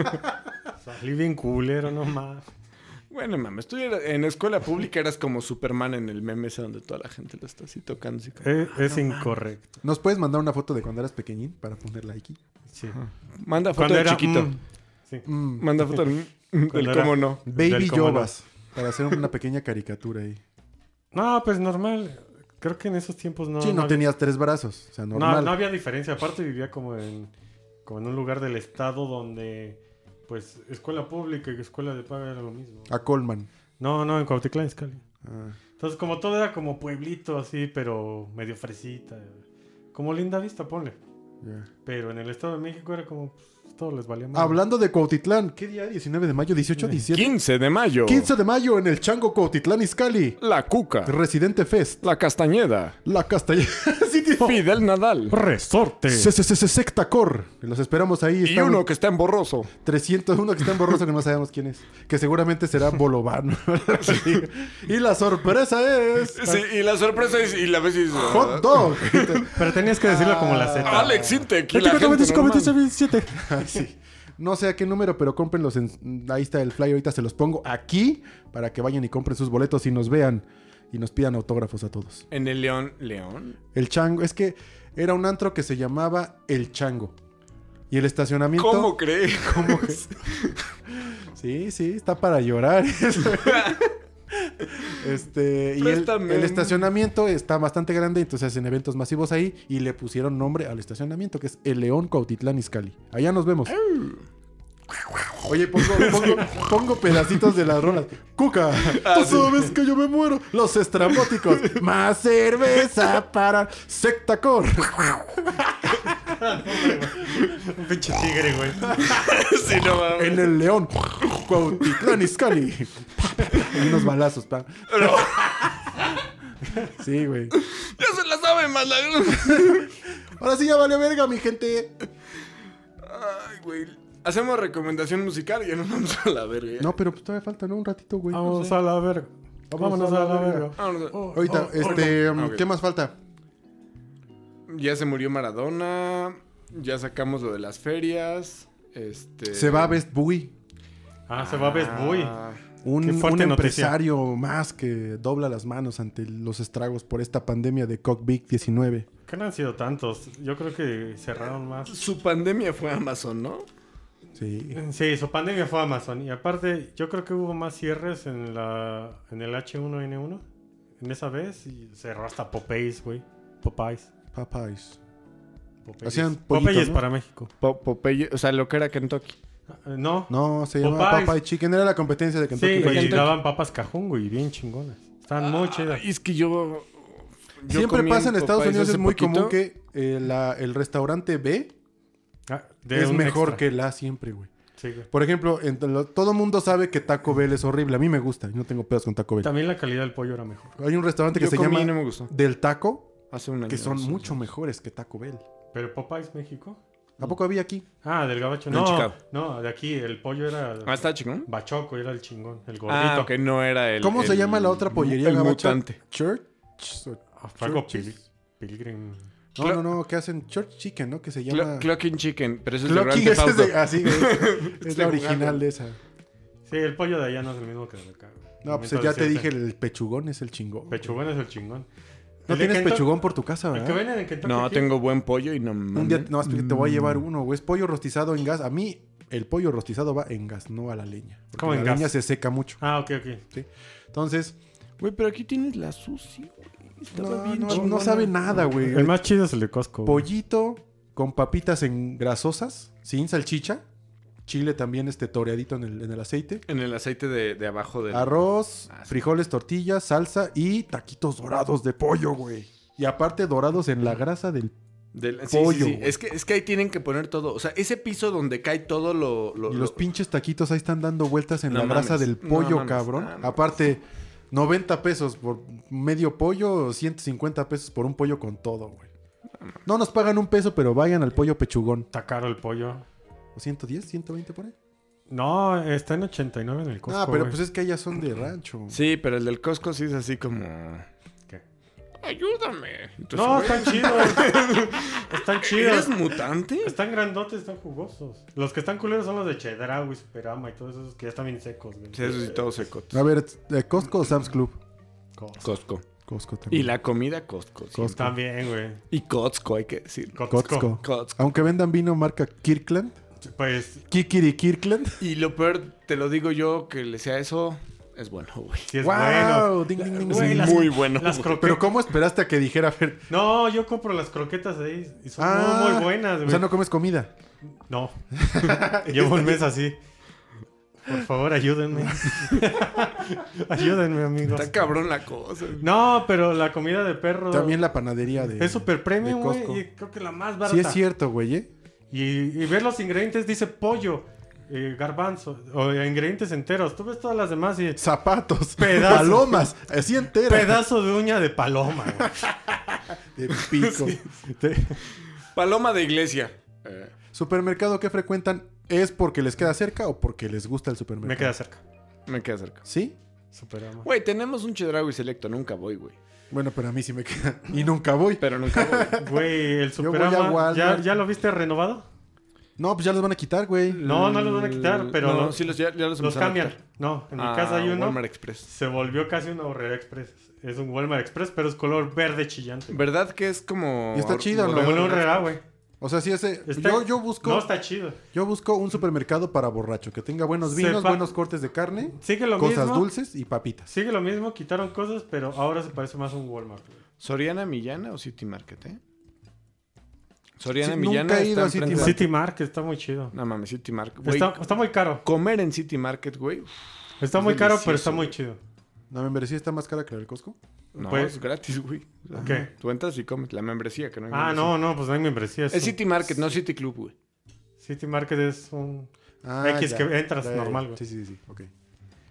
B: Salí bien culero, no mames.
C: Bueno, mames, tú era- en escuela pública eras como Superman en el meme ese donde toda la gente lo está así tocando. Así como,
B: Es, es incorrecto.
A: ¿Nos puedes mandar una foto de cuando eras pequeñín para ponerla aquí?
B: Sí.
C: Manda foto
B: Cuando
C: del
B: era
C: chiquito.
B: mm, sí.
A: Mm,
C: Manda foto del, del
B: era-
C: cómo no.
A: Baby
B: Del cómo no.
A: Yobas. Para hacer una pequeña caricatura ahí.
B: No, pues normal. Creo que en esos tiempos no.
A: sí, no,
B: había-
A: tenías tres brazos. O sea,
B: No,
A: normal.
B: no había diferencia. Aparte vivía como en, como en un lugar del estado donde, pues, escuela pública y escuela de paga era lo mismo.
A: A Coleman.
B: No, no, en Cuautitlán, Izcalli.
A: Ah.
B: Entonces, como todo era como pueblito así, pero medio fresita. Como linda vista, ponle.
A: ya.
B: Pero en el Estado de México era como, pues, todo les valía más.
A: Hablando de Cuautitlán, ¿qué día? 19 de mayo,
B: Eh,
A: 18, 17.
C: 15 de mayo.
A: 15 de mayo en el Chango Cuautitlán Izcalli.
C: La Cuca.
A: Residente Fest.
C: La Castañeda.
A: La Castellana.
C: Fidel Nadal.
B: ¡Resorte!
A: Secta Cor. Los esperamos ahí.
C: Y
A: Está
C: uno
A: un
C: que está en borroso.
A: 301 que está en borroso que no sabemos quién es. Que seguramente será Bolobán. Sí. Y la sorpresa es...
C: Sí, y la sorpresa es, y la vez es...
A: Hot dog. Ah,
B: Pero tenías que decirlo como la Z.
C: Alex Intec. y la gente normal.
A: Sí. No sé a qué número, pero cómprenlos. en- Ahí está el flyer. Ahorita se los pongo aquí para que vayan y compren sus boletos y nos vean y nos pidan autógrafos a todos.
C: En el León. ¿León?
A: El Chango. Es que era un antro que se llamaba El Chango. Y el estacionamiento.
C: ¿Cómo crees? ¿Cómo
A: Sí, sí, está para llorar. este. Y el,
C: Préstame.
A: el estacionamiento está bastante grande, entonces hacen eventos masivos ahí y le pusieron nombre al estacionamiento, que es El León Cuautitlán Izcalli. Allá nos vemos. Oye, pongo, pongo, pongo pedacitos de las rolas. Cuca, tú sabes que yo me muero. Los estrambóticos. Más cerveza para Sectacor.
B: Un pinche tigre, güey.
C: sí, no mames.
A: En el León. Cuautitlán Izcalli. Unos balazos, pa. Sí, güey.
C: Ya se la saben más
A: Ahora sí ya valió verga, mi gente.
C: Ay, güey. Hacemos recomendación musical y ya nos vamos a la verga.
A: No, pero pues todavía falta, ¿no? Un ratito, güey.
B: Vamos a la verga. Vámonos a la verga.
C: Vámonos.
A: Ahorita, este,
C: Ah, ok.
A: ¿qué más falta?
C: Ya se murió Maradona. Ya sacamos lo de las ferias. Este.
A: Se va Best Buy.
B: Ah, se va Best Boy.
C: Ah,
A: Un,
B: Qué fuerte
A: un
B: noticia.
A: empresario más que dobla las manos ante los estragos por esta pandemia de COVID-19.
B: ¿Qué no han sido tantos? Yo creo que cerraron más.
C: Su pandemia fue Amazon, ¿no?
A: Sí.
B: Sí, su pandemia fue Amazon. Y aparte, yo creo que hubo más cierres en, la, en el H1N1. En esa vez y cerró hasta Popeyes, güey. Popeyes.
A: Popeyes.
B: Popeyes,
A: Hacían pollitos,
B: Popeyes
A: ¿no?
B: para México.
C: Popeye, o sea, lo que era Kentucky.
B: Ah, eh, No.
A: No, se llamaba
B: Popeyes.
A: Popeye Chicken. Era la competencia de Kentucky.
B: sí,
A: Fried
B: güey, y
A: Chicken.
B: daban papas cajón, güey, bien chingonas. Estaban muy chidas.
C: Ay, es que yo. yo
A: Siempre
C: comí
A: pasa en Estados
C: Popeyes
A: Unidos,
C: hace
A: es muy
C: poquito.
A: común que eh, la- el restaurante B
B: Ah, de
A: es
B: un
A: mejor
B: extra.
A: que la A siempre, güey.
B: Sí, güey.
A: Por ejemplo, en lo- todo mundo sabe que Taco Bell es horrible. A mí me gusta, yo no tengo pedos con Taco Bell.
B: También la calidad del pollo era mejor.
A: Hay un restaurante que
C: Yo
A: se
C: comí
A: llama
C: y no me gustó.
A: Del Taco,
C: Hace un año.
A: que son
C: sí.
A: mucho mejores que Taco Bell.
B: Pero Popeyes México.
C: Mm.
A: ¿A poco había aquí?
B: Ah, del gabacho.
C: En
B: No,
C: Chicago.
B: no, de aquí el pollo era
C: Ah, está chingón.
B: bachoco, era el chingón, el gordito.
C: Ah, que no era el.
A: ¿Cómo se
C: el-
A: llama la otra pollería?
C: El
A: gabacha?
C: mutante.
A: Church. o
B: Ah, fue algo
A: Churches.
B: pil- pilgrim.
A: No,
C: Cla-
A: no, no, que hacen Church Chicken, ¿no? Que se llama...
C: Clo- Clocking Chicken, pero eso es
A: Clocky,
C: de
A: esa
C: Grand
A: es
C: Theft Auto.
A: de- ah, así, güey. es
C: Estoy
A: la original
C: jugando.
A: de esa.
B: Sí, el pollo de allá no es el mismo que el de acá. güey.
A: No, pues
B: Lamento
A: ya te dije,
B: decirte.
A: el pechugón es el chingón.
B: Pechugón es el chingón.
A: no
B: El de
A: tienes
B: Kentucky-
A: pechugón por tu casa,
B: El que
A: ¿verdad?
B: venden en Kentucky.
C: No,
B: aquí.
C: tengo buen pollo y no mames.
A: Un día, no, espera, te voy a
B: Mm.
A: llevar uno, güey. Es pollo rostizado en gas. A mí, el pollo rostizado va en gas, no a la leña. Porque
B: ¿Cómo
A: la
B: en gas?
A: leña se seca mucho.
B: Ah, ok, ok.
A: Entonces,
C: Güey, pero aquí tienes la sushi, güey. Estaba
A: no,
C: bien
A: no- no
C: chingona.
A: sabe nada, güey.
B: El más chido es el de Costco. güey.
A: Pollito con papitas en grasosas, sin salchicha. Chile también este toreadito en el, en el aceite.
C: En el aceite de, de abajo del.
A: Arroz,
C: Ah, sí.
A: frijoles, tortillas, salsa y taquitos dorados de pollo, güey. Y aparte dorados en la grasa del...
C: del sí, sí,
A: pollo,
C: sí.
A: güey.
C: Es, que, es que ahí tienen que poner todo. O sea, ese piso donde cae todo lo. lo-
A: Y los
C: lo-
A: pinches taquitos ahí están dando vueltas en
C: No
A: la
C: mames,
A: grasa del
C: no
A: pollo,
C: mames, Ah,
A: cabrón.
C: no mames.
A: aparte, 90 pesos por medio pollo, 150 pesos por un pollo con todo, güey. No nos pagan un peso, pero vayan al pollo pechugón.
B: Está caro el pollo.
A: ¿O 110, 120 por ahí?
B: No, está en 89 en el Costco.
A: ah, pero
B: güey.
A: pues es que ellas son de rancho.
C: Sí, pero el del Costco sí es así como.
B: ¿Qué?
C: Ayúdame. Entonces,
B: No,
A: Pues,
C: güey,
B: están chidos. están
C: ¿Eres
B: chidos.
C: mutante?
B: Están grandotes, están jugosos. Los que están culeros son los de cheddar, güey, Superama y todos esos que ya están bien secos, güey.
C: Sí, eso sí, todo seco.
A: A ver, eh, ¿Costco o Sam's Club?
B: Costco.
C: Costco.
A: Costco también.
C: Y la comida Costco. sí.
A: Costco.
B: También, güey.
C: Y Costco, hay que decir.
B: Costco.
A: Costco.
C: Costco.
A: Aunque vendan vino marca Kirkland.
B: Pues
A: Kikiri Kirkland.
C: Y lo peor, te lo digo yo, que le sea eso, es bueno, güey.
B: sí es
A: ¡Wow!
B: bueno.
A: Ding, ding, ding,
B: Güey,
A: ding.
B: las-
C: muy bueno,
B: Las
C: güey.
B: croquetas.
A: Pero ¿cómo esperaste a que dijera Fer?
B: No, yo compro las croquetas de ahí. Y son
A: Ah,
B: muy buenas, güey.
A: O sea, no comes comida.
B: No. Llevo un mes así. Por favor, ayúdenme. ayúdenme, amigos.
C: Está cabrón la cosa. güey.
B: No, pero la comida de perro.
A: También la panadería de.
B: Es super premium,
A: de Costco.
B: güey. Y creo que la más barata.
A: Sí, es cierto, güey. ¿eh?
B: Y, y ves los ingredientes, dice pollo, eh, garbanzo, o eh, ingredientes enteros. Tú ves todas las demás y
A: Zapatos,
B: Pedazo.
A: palomas, así entera.
B: pedazo de uña de paloma. güey.
A: De pico.
C: Paloma de iglesia. Eh,
A: ¿Supermercado que frecuentan es porque les queda cerca o porque les gusta el supermercado?
B: Me queda cerca.
C: me queda cerca.
A: ¿Sí?
B: Superama.
C: Güey, tenemos un Chedraui selecto, nunca voy, güey.
A: Bueno, pero a mí sí me queda. Y nunca voy.
C: Pero nunca voy.
B: Güey, el
A: voy a
B: Superama. ¿ya,
A: Walmart.
B: ¿Ya lo viste renovado?
A: No, pues ya los van a quitar, güey.
B: No, no los van a quitar, pero
C: No,
B: los,
C: sí los, ya, ya
B: los
C: los empezaron a
B: cambian.
C: quitar.
B: No, en mi
C: Ah,
B: casa hay uno.
C: Walmart Express.
B: Se volvió casi una horrera express. Es un Walmart Express, pero es color verde chillante.
C: ¿Verdad que es como.
A: Y está chido, ¿no?
B: Como una
C: Horrera.
B: horrera, güey.
A: O sea, sí, ese.
B: Está-
A: Yo, yo busco.
B: No está chido.
A: Yo busco un supermercado para borracho, que tenga buenos vinos,
B: Sepa-
A: buenos cortes de carne,
B: Sigue lo
A: cosas
B: mismo.
A: dulces y papitas.
B: Sigue lo mismo, quitaron cosas, pero ahora se parece más a un Walmart. güey.
C: ¿Soriana Millana o City Market, eh? Soriana
A: Sí,
C: Millana
A: nunca he ido
C: está
A: a City
C: enfrente-
A: Market.
B: City Market está muy chido.
C: No mames, City Market. güey.
B: Está, está muy caro.
C: Comer en City Market, güey. uf,
B: Está
C: es
B: muy caro, pero
C: delicioso,
B: está muy
C: güey.
B: chido.
A: ¿La membresía está más cara que la del Costco?
C: No,
B: Pues-
C: es gratis, güey. O sea,
B: ¿Qué?
C: Tú entras y comes la membresía, que no hay
B: Ah,
C: membresía.
B: no, no, pues no hay membresía.
C: Es
B: un-
C: City Market, no City Club, güey.
B: City Market es un...
A: Ah,
B: X que entras normal, güey.
A: Sí, sí, sí. Ok.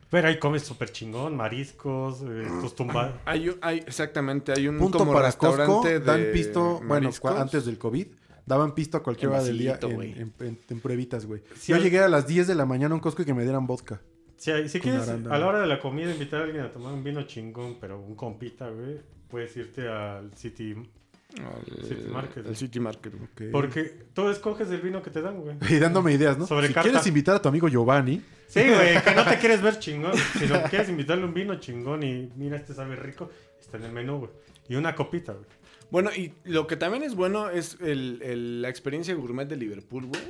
B: Pero ahí comes súper chingón, mariscos, eh, estos tumba-
C: Hay, un- hay, exactamente, hay un
A: Punto
C: como
A: para
C: restaurante
A: Costco.
C: de
A: Dan pisto, bueno, cua-
C: mariscos.
A: antes del COVID, daban pisto a cualquier
C: En
A: hora del día
C: vasito,
A: en,
C: güey.
A: en- en- en pruebitas, güey.
B: Sí,
A: Yo
B: al-
A: llegué a las 10 de la mañana a un Costco y que me dieran vodka.
B: Si, hay- si
A: Con
B: quieres,
A: aranda,
B: a la
A: güey.
B: hora de la comida, invitar a alguien a tomar un vino chingón, pero un compita, güey, puedes irte al City.
C: El
B: City Market.
C: El City Market, güey.
A: Ok.
B: Porque tú escoges el vino que te dan, güey.
A: Y dándome ideas, ¿no?
B: Sobre
A: si
B: carta.
A: quieres invitar a tu amigo Giovanni,
B: Sí, güey, que no te quieres ver chingón, sino que quieres invitarle un vino chingón y mira, este sabe rico, está en el menú, güey. Y una copita, güey.
C: Bueno, y lo que también es bueno es el- el- la experiencia gourmet de Liverpool, güey.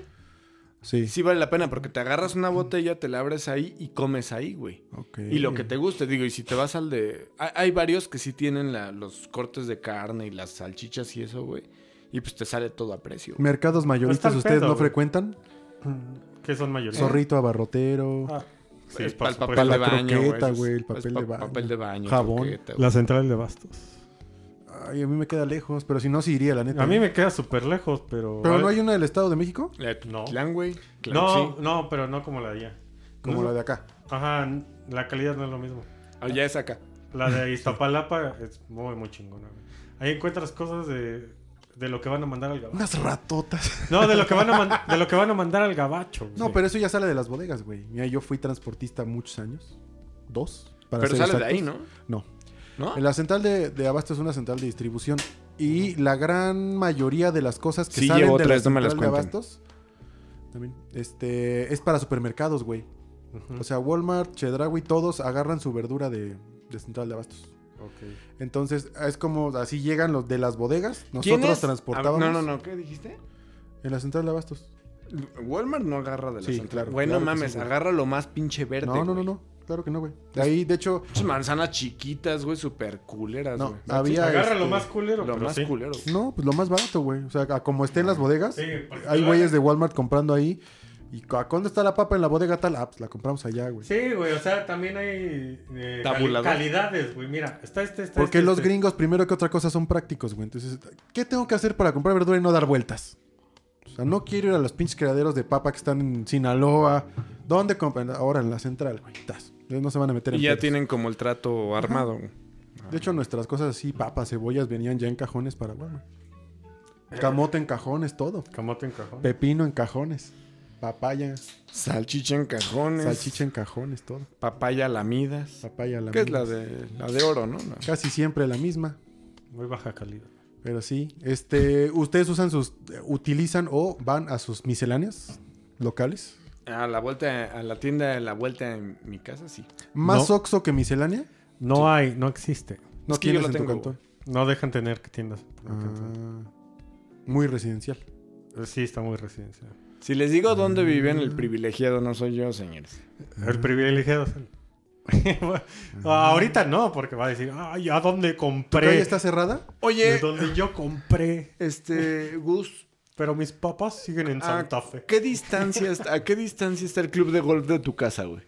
A: sí.
C: Sí vale la pena porque te agarras una botella, te la abres ahí y comes ahí, güey.
A: Ok.
C: Y lo que te guste, digo, y si te vas al de... Hay, hay varios que sí tienen la- los cortes de carne y las salchichas y eso, güey. Y pues te sale todo a precio. güey.
A: Mercados mayoristas
B: No está el
A: ustedes
B: pedo,
A: no
B: güey.
A: frecuentan.
B: Que son mayoría.
A: Eh, Zorrito, abarrotero,
B: Ah, sí,
C: es
B: por
C: pa'l
B: supuesto.
C: papel
A: La
C: de baño,
A: croqueta,
C: eso es-
A: güey, el
C: es
A: papel
C: pa-
A: de baño.
C: papel de baño,
A: Jabón.
C: croqueta, güey.
B: La central de Bastos.
A: Ay, a mí me queda lejos, pero si no, sí iría, la neta.
B: A mí me queda súper lejos, pero.
A: ¿Pero no hay una del Estado de México?
C: La de
B: No.
C: Tuxtlán, Eh, güey. Claro,
B: No,
C: sí.
B: no, pero no como la de allá.
A: Como
B: No.
A: la de acá.
B: Ajá, la calidad no es lo mismo.
C: Allá Ah, es acá.
B: La de Iztapalapa es muy, muy chingona. güey. Ahí encuentras cosas de, de lo que van a mandar al gabacho.
A: Unas ratotas.
B: No, de lo que van a, man- de lo que van a mandar al gabacho. güey.
A: No, pero eso ya sale de las bodegas, güey. Mira, yo fui transportista muchos años. Dos. para
C: Pero
A: ser
C: sale de ahí,
A: exactos.
C: ¿no?
A: No.
C: ¿No?
A: La central de, de Abasto es una central de distribución. Y la gran mayoría de las cosas que
C: Sí,
A: salen
C: llevo
A: de
C: tres,
A: la
C: no me las
A: central de
C: cuenten.
A: Abastos también, este, es para supermercados, güey.
B: Ujú.
A: O sea, Walmart, Chedraui, todos agarran su verdura de, de central de Abastos.
B: Ok.
A: Entonces, es como así llegan los de las bodegas.
C: ¿Quién
A: Nosotros
C: es?
A: transportábamos
C: No, no, no. ¿Qué dijiste?
A: en la central de Abastos.
C: Walmart no agarra de la
A: Sí,
C: central.
A: claro,
C: Güey,
A: claro
C: no
A: que sí,
C: mames.
A: güey.
C: agarra lo más pinche verde,
A: No, no, no,
C: güey.
A: no. Claro que no, güey. De ahí, de hecho,
C: Pinches manzanas chiquitas, güey, super culeras,
A: No,
C: güey.
A: había-
B: Agarra lo
A: este,
B: más culero.
C: Lo
B: pero
C: más
B: sí.
C: culero.
A: no, pues lo más barato, güey. O sea, a como esté en las bodegas,
B: Ah, Sí, porque
A: hay
B: lo
A: güeyes
B: hagan.
A: de Walmart comprando ahí. ¿Y cu- a cuándo está la papa en la bodega tal? Ah, pues la compramos allá, güey.
B: Sí, güey, o sea, también hay eh, cali-
C: Tabulador.
B: calidades, güey. Mira, está este, está
A: Porque
B: este,
A: los
B: este.
A: gringos, primero que otra cosa, son prácticos, güey. Entonces, ¿qué tengo que hacer para comprar verdura y no dar vueltas? O sea, no quiero ir a los pinches criaderos de papa que están en Sinaloa. ¿Dónde compran? Ahora en la central, güey. Tas. Ellos No se van a meter en
C: Y ya
A: pedos.
C: tienen como el trato armado.
A: De hecho, nuestras cosas así, papas, cebollas, venían ya en cajones para Walmart. Camote en cajones, todo.
B: Camote en cajón.
A: Pepino en cajones. Papaya,
C: Salchicha en cajones.
A: salchicha en cajones, todo.
C: Papaya lamidas.
A: Papaya la
C: que es
A: misma.
C: la de, la de oro, ¿no? No.
A: Casi siempre la misma.
B: Muy baja calidad.
A: Pero sí, este, ustedes usan sus, utilizan o van a sus misceláneas locales.
C: A la vuelta, a la tienda de la vuelta en mi casa, sí.
A: Más
B: No.
A: Oxxo que miscelánea.
B: No hay, no existe.
A: No
C: Es que yo
A: tienes
C: lo
A: en tu
C: tengo,
A: cantón.
B: No dejan tener tiendas.
A: Ah, muy residencial.
B: Sí, está muy residencial.
C: Si les digo dónde viven,
A: Ah.
C: el privilegiado no soy yo, señores.
B: El privilegiado. es el-
A: Ah.
B: Ahorita no, porque va a decir, ay, ¿a dónde
A: ¿Tu calle
B: compré?
A: está cerrada?
B: De
C: Oye,
B: donde yo compré.
C: este, Gus,
B: Pero mis papás siguen en
C: ¿a
B: Santa Fe.
C: Ah, ¿qué distancia está, ¿a qué distancia está el club de golf de tu casa, güey?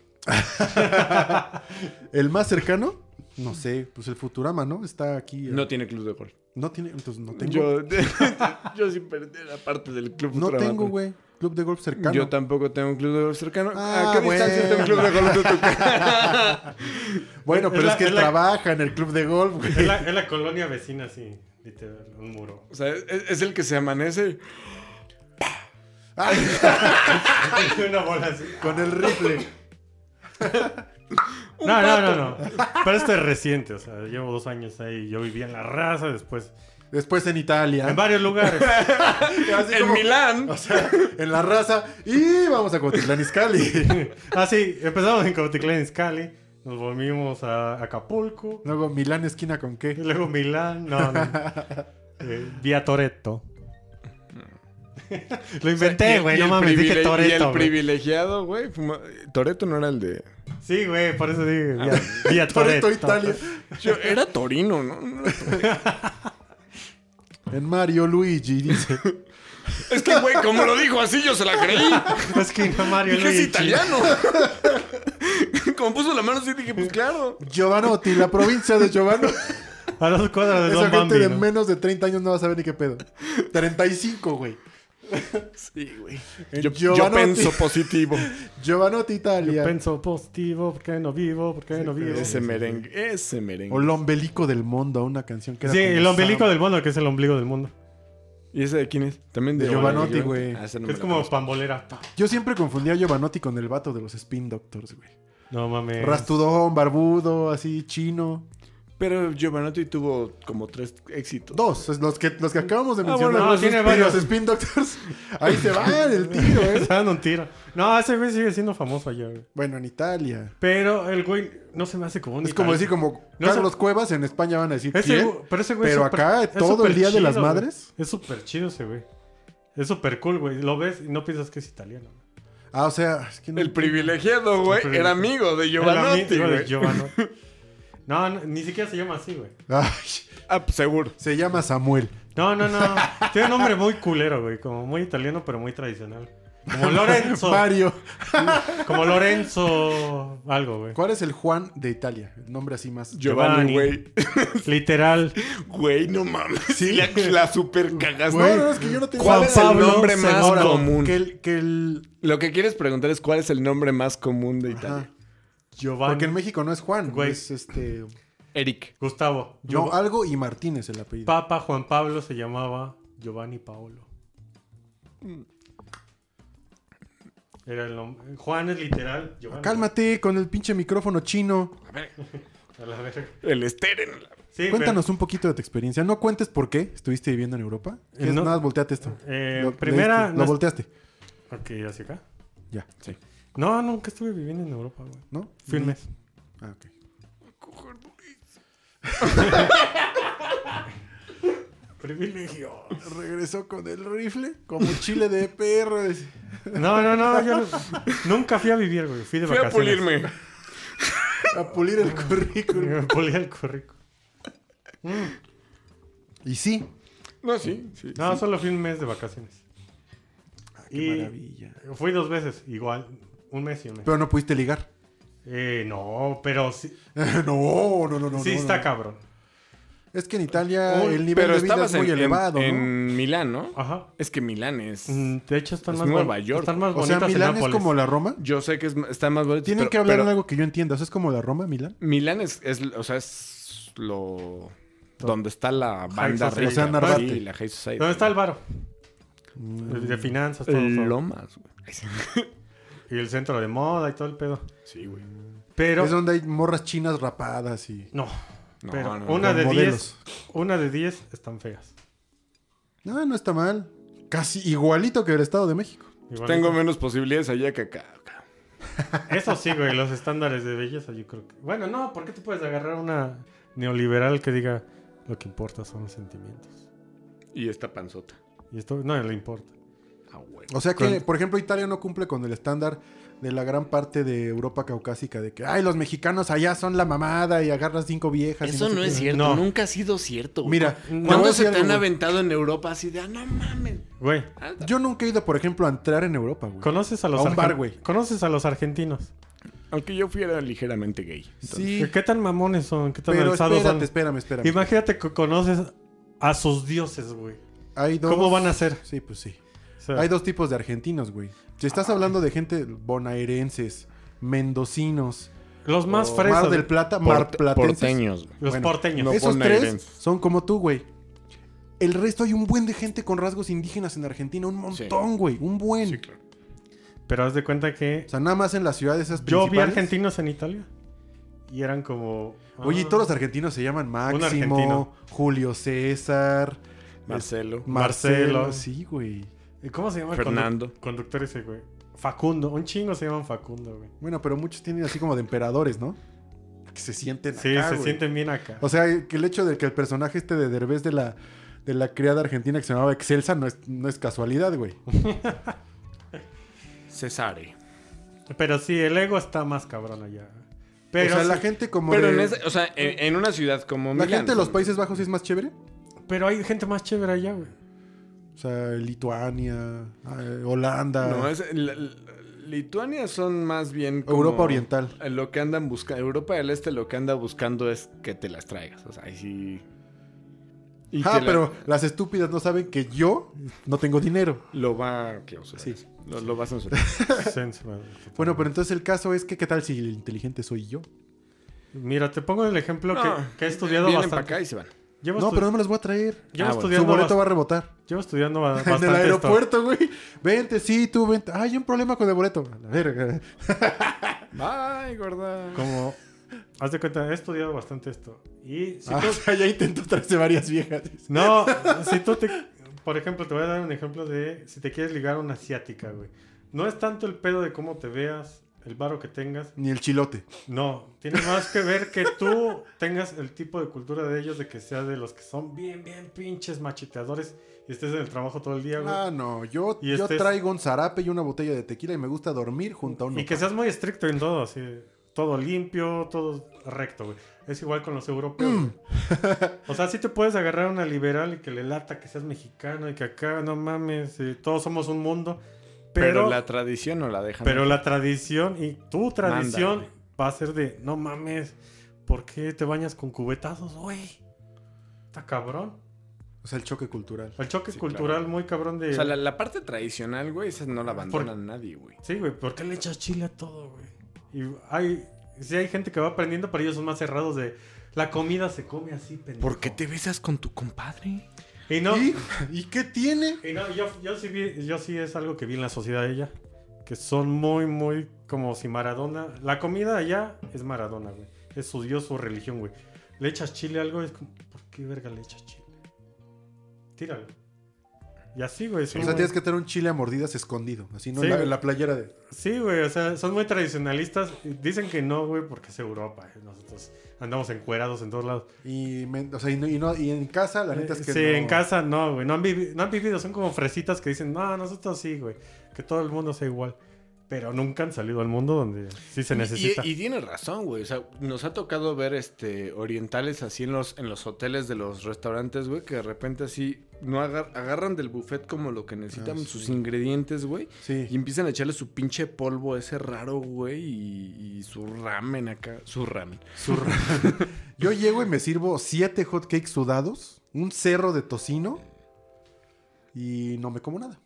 A: ¿El más cercano? No sé, pues el Futurama, ¿no? Está aquí. eh.
C: No tiene club de golf.
A: No tiene, entonces no tengo.
C: Yo, yo sí perdí la parte del club.
A: no
C: Ultraman.
A: tengo, güey. Club de golf cercano.
C: Yo tampoco tengo un club de golf cercano.
A: Ah,
C: ¿A qué
A: bueno.
C: distancia está un club de golf de tu casa?
A: bueno,
B: Es
A: pero es,
B: la-
A: que
B: es la-
A: trabaja en el club de golf, güey.
B: Es la, es la colonia vecina, sí. Literal, un muro.
C: o sea, es, es el que se amanece.
A: Ah,
B: Una bola así.
A: Con el rifle.
B: No, no, no, no. Pero esto es reciente, o sea, llevo dos años ahí. Yo vivía en la raza, después
A: Después en Italia.
B: en varios lugares.
A: Así
C: En
A: como-
C: Milán.
A: O sea, en la raza. Y vamos a Cuautitlán Izcalli.
B: Ah, sí, empezamos en Cautitlán Iscali, nos volvimos a Acapulco,
A: Luego Milán esquina con
B: y
A: qué.
B: luego Milán, no, no. Eh, vía Toreto. Lo inventé, güey,
C: Y
B: no
C: el
B: mames, dije
C: privile- Y el
B: Toreto.
C: privilegiado, güey. fuma- Toreto no era el de.
B: Sí, güey, por eso dije vía,
C: Ah,
B: vía
A: Toreto,
B: Toreto.
A: Italia.
C: Yo- era Torino, ¿no?
A: En Mario Luigi, dice.
C: Es que, güey, como lo dijo así, yo se la creí.
B: Es que no, Mario
C: Dije, es
B: Luigi.
C: italiano. como puso la mano así, dije, pues claro.
A: Giovanotti, la provincia de Giovano.
B: A dos cuadras de
A: Esa
B: Don
A: gente
B: Bambi.
A: de
B: ¿no?
A: menos de 30 años no va a saber ni qué pedo. 35, güey.
C: Sí, güey.
A: En
C: Yo, yo
A: Giovanotti.
C: pienso positivo.
A: Giovanotti, Italia.
B: Yo pienso positivo, porque no vivo, porque no vivo.
C: Ese merengue, ese merengue.
A: O el ombelico del mundo, una canción que era
B: Sí,
A: como
B: el ombelico
A: samba.
B: del mundo, que es el ombligo del mundo.
C: ¿Y ese de quién es? También de
A: De Giovanotti, güey.
C: Ah, ese no me
B: Es
C: lo
B: como
C: conozco.
B: pambolera. pa.
A: Yo siempre confundía a Giovanotti con el vato de los Spin Doctors, güey.
B: No mames.
A: Rastudón, barbudo, así, chino.
C: Pero Giovanotti tuvo como tres éxitos.
A: Dos, es los que, los que acabamos de
C: Ah,
A: mencionar.
C: bueno,
B: no,
A: los,
B: tiene
A: spin,
B: varios.
A: los Spin Doctors. Ahí se va el tiro,
B: Se
A: ¿eh?
B: dan un tiro. No, ese güey sigue siendo famoso allá, güey.
A: Bueno, en Italia.
B: Pero el güey no se me hace como un
A: Es como decir,
B: italiano.
A: como
B: No,
A: Carlos
B: ese-
A: Cuevas en España van a decir.
B: Ese
A: ¿quién?
B: güey- pero ese güey es
A: Pero
B: súper-
A: acá,
B: es
A: todo
B: súper
A: el día de
B: chido,
A: las
B: güey.
A: madres.
B: Es súper chido ese güey. Es súper cool, güey. Lo ves y no piensas que es italiano.
A: Ah, o sea, es que no-
C: El privilegiado, güey,
B: El privilegiado.
C: era amigo de Giovanotti,
B: Era mi-
C: güey.
B: Giovanotti. No, no, ni siquiera se llama así, güey.
A: Ay,
C: Ah, pues, seguro.
A: se llama Samuel.
B: No, no, no. Tiene un nombre muy culero, güey. Como muy italiano, pero muy tradicional. Como Lorenzo.
A: Mario.
B: como Lorenzo. Algo, güey.
A: ¿Cuál es el Juan de Italia? El nombre así más.
B: Giovanni.
C: Giovanni, güey.
B: Literal.
C: Güey, no mames. Sí, la, la super cagaste.
A: Güey, no, es que yo no tengo.
C: ¿Cuál
B: Juan
C: es el
B: Pablo
C: nombre más
B: Segura.
C: común?
A: Que el, que el-
C: Lo que quieres preguntar es cuál es el nombre más común de Italia.
A: Ajá.
B: Giovanni.
A: Porque en México no es Juan,
B: Güey.
A: es este.
C: Eric.
B: Gustavo.
A: No,
B: Giova-
A: algo y Martínez el apellido.
B: Papa Juan Pablo se llamaba Giovanni Paolo. Era el nombre. Juan es literal. Giovanni.
A: Cálmate con el pinche micrófono chino.
B: A la verga.
C: El Steren.
B: Sí,
A: Cuéntanos un poquito de tu experiencia. No cuentes por qué estuviste viviendo en Europa.
B: Eh,
A: Es
B: no.
A: Nada, volteate esto.
B: Eh,
A: Lo-
B: primera,
A: leíste,
B: no
A: Lo
B: es-
A: volteaste.
B: pero- Ok, hacia acá.
A: Ya,
C: Sí.
B: No, nunca estuve viviendo en Europa, güey.
A: ¿no?
B: Fui un mes.
A: Ah, ok.
B: Privilegio.
A: Regresó con el rifle como chile de perro. dice.
B: No, no, no. Yo no- nunca fui a vivir, güey. Fui de
C: Fui a
B: vacaciones.
C: pulirme.
A: A pulir el currículum.
B: Me pulí el currículum.
A: Y sí.
C: No, sí. sí,
B: No,
C: sí.
B: solo fui un mes de vacaciones.
A: Ah, Qué
B: Y-
A: maravilla.
B: Fui dos veces, igual. Un mes y un mes.
A: Pero no pudiste ligar.
B: Eh, no, pero sí,
A: no, no, no, no.
B: sí
A: no,
B: está
A: no.
B: cabrón.
A: Es que en Italia
C: Uy,
A: el nivel de vida es
C: estabas
A: muy
C: en- en-
A: elevado, ¿no? Ah.
C: En Milán, ¿no?
B: Ajá.
C: Es que Milán es.
B: Mm, De hecho, están
C: Es
B: más
C: Nueva
B: bon-
C: York.
B: Están más
A: O sea,
B: bonitas
A: Milán
B: en
A: es
B: Nápoles.
A: como la Roma.
C: Yo sé que es- está más bonito.
A: Tienen
C: pero-
A: que hablar
C: pero
A: en algo que yo entienda. O sea, es como la Roma, Milán.
C: Milán es, es- o sea, es lo. Donde está la banda
B: Society.
C: rica.
A: O sea,
C: sí,
A: Narvarte.
C: la High Society.
B: ¿Dónde está el varo?
A: Mm.
B: El Pues, de finanzas, todo, todo.
C: Lomas, güey. Ay, sí.
B: Y el centro de moda y todo el pedo.
C: Sí, güey.
B: Pero.
A: Es donde hay morras chinas rapadas y.
B: No.
C: No,
B: pero
C: no, no.
B: una
A: Con
B: de
A: modelos.
B: 10. Una de 10 están feas.
A: No, no está mal. Casi igualito que el Estado de México.
B: Igualito.
C: Tengo menos posibilidades allá que acá. acá.
B: Eso sí, güey, los estándares de belleza, yo creo que. Bueno, no, ¿por qué te puedes agarrar una neoliberal que diga lo que importa son los sentimientos?
C: Y esta panzota.
B: Y esto no le importa.
C: Ah, güey.
A: O sea que,
B: Con-
A: por ejemplo, Italia no cumple con el estándar de la gran parte de Europa caucásica de que, ay, los mexicanos allá son la mamada y agarras cinco viejas. y
C: Eso
A: sé
C: no
A: qué".
C: es cierto,
B: No.
C: nunca ha sido cierto. güey.
A: Mira,
B: ¿Cuándo
A: voy a
C: ¿cuándo
A: decir
C: se te
A: algo,
C: han
A: güey.
C: aventado en Europa así de, ah, no mames? Ah,
B: Güey,
C: Anda.
A: Yo nunca he ido, por ejemplo, a entrar en Europa, güey.
B: conoces a los
A: A un bar,
B: argen-
A: güey.
B: Conoces a los argentinos.
C: Aunque yo fuera ligeramente gay. entonces.
A: Sí,
B: ¿Qué tan mamones son? ¿Qué tan
A: pero
B: alzados son?
A: espérate, espérame, espérame.
B: Imagínate que conoces a sus dioses, güey.
A: Hay dos-
B: ¿Cómo van a ser?
A: Sí, pues sí.
B: O sea,
A: Hay dos tipos de argentinos, güey. Si estás hablando de gente bonaerenses, mendocinos,
B: los más
A: o
B: fresas.
A: Mar del Plata, Mar
C: Porte-
A: Platenses.
C: porteños, güey.
B: Los
A: Bueno,
B: porteños.
C: no.
A: Esos tres
C: bonaerenses.
A: son como tú, güey. El resto hay un buen de gente con rasgos indígenas en Argentina, un montón, güey, un buen.
C: Sí, claro.
B: Pero haz de cuenta que
A: O sea, nada más en las ciudades esas
B: yo
A: principales.
B: vi argentinos en Italia y eran como.
A: Oye, y
B: ah,
A: todos los argentinos se llaman Máximo,
B: argentino.
A: Julio César,
C: Marcelo.
A: Marcelo.
B: Marcelo.
A: Sí, güey.
B: ¿Cómo se llama el
C: Fernando.
B: condu- conductor ese, güey? Facundo. Un chingo se llaman Facundo, güey.
A: Bueno, pero muchos tienen así como de emperadores, ¿no? Que se sienten
B: Sí,
A: acá,
B: se
A: güey.
B: sienten bien acá.
A: O sea, que el hecho de que el personaje este de Derbez de la, de la criada argentina que se llamaba Excelsa no es, no es casualidad, güey.
C: Cesare.
B: Pero sí, el ego está más cabrón allá.
A: O
B: Pero,
A: sea, la
B: sí-
A: gente como
C: Pero
A: de-
C: en, ese- o sea, en, en una ciudad como
A: ¿La
C: Milán,
A: gente de los Países Bajos sí es más chévere?
B: pero hay gente más chévere allá, güey.
A: O sea, Lituania, eh, Holanda.
C: No, es, la- la- Lituania son más bien como-
A: Europa Oriental.
C: Lo que andan buscando, Europa del Este lo que anda buscando es que te las traigas, o sea, ahí sí... Y
A: ah,
C: que la-
A: pero las estúpidas no saben que yo no tengo dinero.
C: Lo va... ¿Qué oso
A: Sí.
C: eres? Lo, lo va a censurar.
B: Sensual.
A: Bueno, pero entonces el caso es que, ¿qué tal si el inteligente soy yo?
B: Mira, te pongo el ejemplo que,
C: No,
B: que he estudiado
C: Vienen para
B: bastante.
C: acá y se van.
B: Llevo,
A: No,
B: estu-
A: pero no me los voy a traer.
B: llevo
C: Ah, bueno.
A: Su
B: estudiando
A: boleto
B: bast-
A: va a rebotar.
B: llevo estudiando ba-
A: En
B: bastante
A: el
B: esto.
A: aeropuerto, güey. Vente, sí, tú vente. Ay, hay un problema con el boleto. A la verga.
C: Bye, gorda.
B: Como, haz de cuenta, he estudiado bastante esto. Y si
A: Ah,
B: tú
A: o sea, ya intentó traerse varias viejas.
B: No, si tú te... Por ejemplo, te voy a dar un ejemplo de si te quieres ligar a una asiática, güey. No es tanto el pedo de cómo te veas, el varo que tengas.
A: Ni el chilote.
B: No, tiene más que ver que tú tengas el tipo de cultura de ellos, de que sea de los que son bien, bien pinches macheteadores y estés en el trabajo todo el día, güey.
A: Ah, no. Yo,
B: Y
A: yo
B: este es-
A: traigo un zarape y una botella de tequila y me gusta dormir junto a un
B: y que seas muy estricto en todo, así. Todo limpio, todo recto, güey. Es igual con los europeos.
C: Mm.
B: güey. O sea, sí te puedes agarrar a una liberal y que le lata que seas mexicano y que acá, no mames, eh, todos somos un mundo.
C: Pero,
B: Pero,
C: la tradición no la dejan.
B: pero la tradición y tu tradición
C: Mándale.
B: va a ser de, no mames, ¿por qué te bañas con cubetazos, güey? Está cabrón.
A: O sea, el choque cultural.
B: El choque
C: Sí,
B: cultural
C: claro.
B: muy cabrón de...
C: O sea, la, la parte tradicional, güey, esa no la abandona
B: Por-
C: nadie, güey.
B: Sí, güey, ¿por qué le echas chile a todo, güey? Y hay, sí hay gente que va aprendiendo, pero ellos son más cerrados de la comida se come así, pendejo.
C: Porque te besas con tu compadre?
B: Y no,
A: ¿Y?
B: y,
A: ¿Y qué tiene?
B: no yo, yo sí vi- yo sí es algo que vi en la sociedad de ella, que son muy, muy como si Maradona, la comida allá es Maradona, güey, es su dios, su religión, güey. Le echas chile a algo, es como, ¿por qué verga le echas chile? Tíralo. Y así, güey. son
A: o sea,
B: muy-
A: tienes que tener un chile a mordidas escondido. Así, ¿no?
B: Sí,
A: en, la,
B: güey.
A: en la playera de...
B: Sí, güey, o sea, son muy tradicionalistas. Dicen que no, güey, porque es Europa. eh, Nosotros andamos encuerados en todos lados.
A: Y, me- o sea, y, no- y no- y en casa, la neta es que
B: Eh, sí,
A: no.
B: en casa no, güey. No han, vivi- no han vivido, son como fresitas que dicen, no, nosotros sí, güey. Que todo el mundo sea igual. Pero nunca han salido al mundo donde sí se
C: Y-
B: necesita.
C: Y, y tiene razón, güey. O sea, nos ha tocado ver este orientales así en los, en los hoteles de los restaurantes, güey, que de repente así no agar- agarran del buffet como lo que necesitan
A: Ah, sí.
C: sus ingredientes, güey.
A: Sí.
C: Y empiezan a echarle su pinche polvo ese raro, güey, y, y su ramen acá. Su ramen.
A: Su- Yo llego y me sirvo siete hotcakes sudados, un cerro de tocino y no me como nada.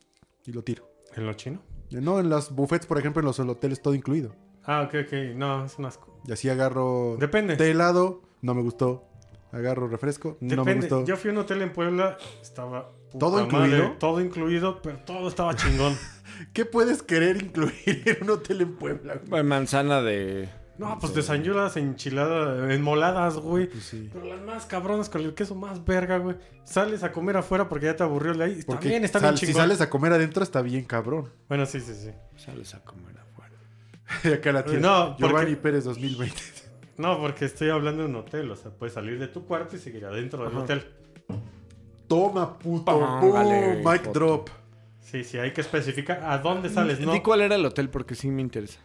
A: Y lo tiro.
B: ¿En lo chino?
A: No, en las buffets, por ejemplo, en los hoteles todo incluido.
B: Ah, ok, ok. No, es un asco.
A: Y así agarro
B: Depende.
A: de helado, no me gustó. Agarro refresco, no me
B: Depende.
A: gustó.
B: Yo fui a un hotel en Puebla, estaba. puta
A: ¿Todo incluido?
B: Todo incluido, pero todo estaba chingón.
A: ¿Qué puedes querer incluir en un hotel en Puebla? güey?
C: Manzana de.
B: No, pues desayunas enchiladas, enmoladas, güey.
A: Pues sí.
B: Pero las más cabronas con el queso más verga, güey. Sales a comer afuera porque ya te aburrió el de ahí.
A: Porque
B: También está
A: sal-
B: bien
A: si
B: chingón.
A: sales a comer adentro está bien cabrón.
B: Bueno, sí, sí, sí.
C: Sales a comer afuera.
A: Y Acá la tienes.
B: No, porque-
A: Giovanni Pérez 2020.
B: No, porque estoy hablando de un hotel. O sea, puedes salir de tu cuarto y seguir adentro del
A: Ajá.
B: hotel.
A: Toma, puto.
C: Póngale
A: Boom, mic
C: foto.
A: drop.
B: Sí, sí, hay que especificar a
A: Mm,
B: dónde sales, ¿no?
C: Di cuál era el hotel porque sí me interesa.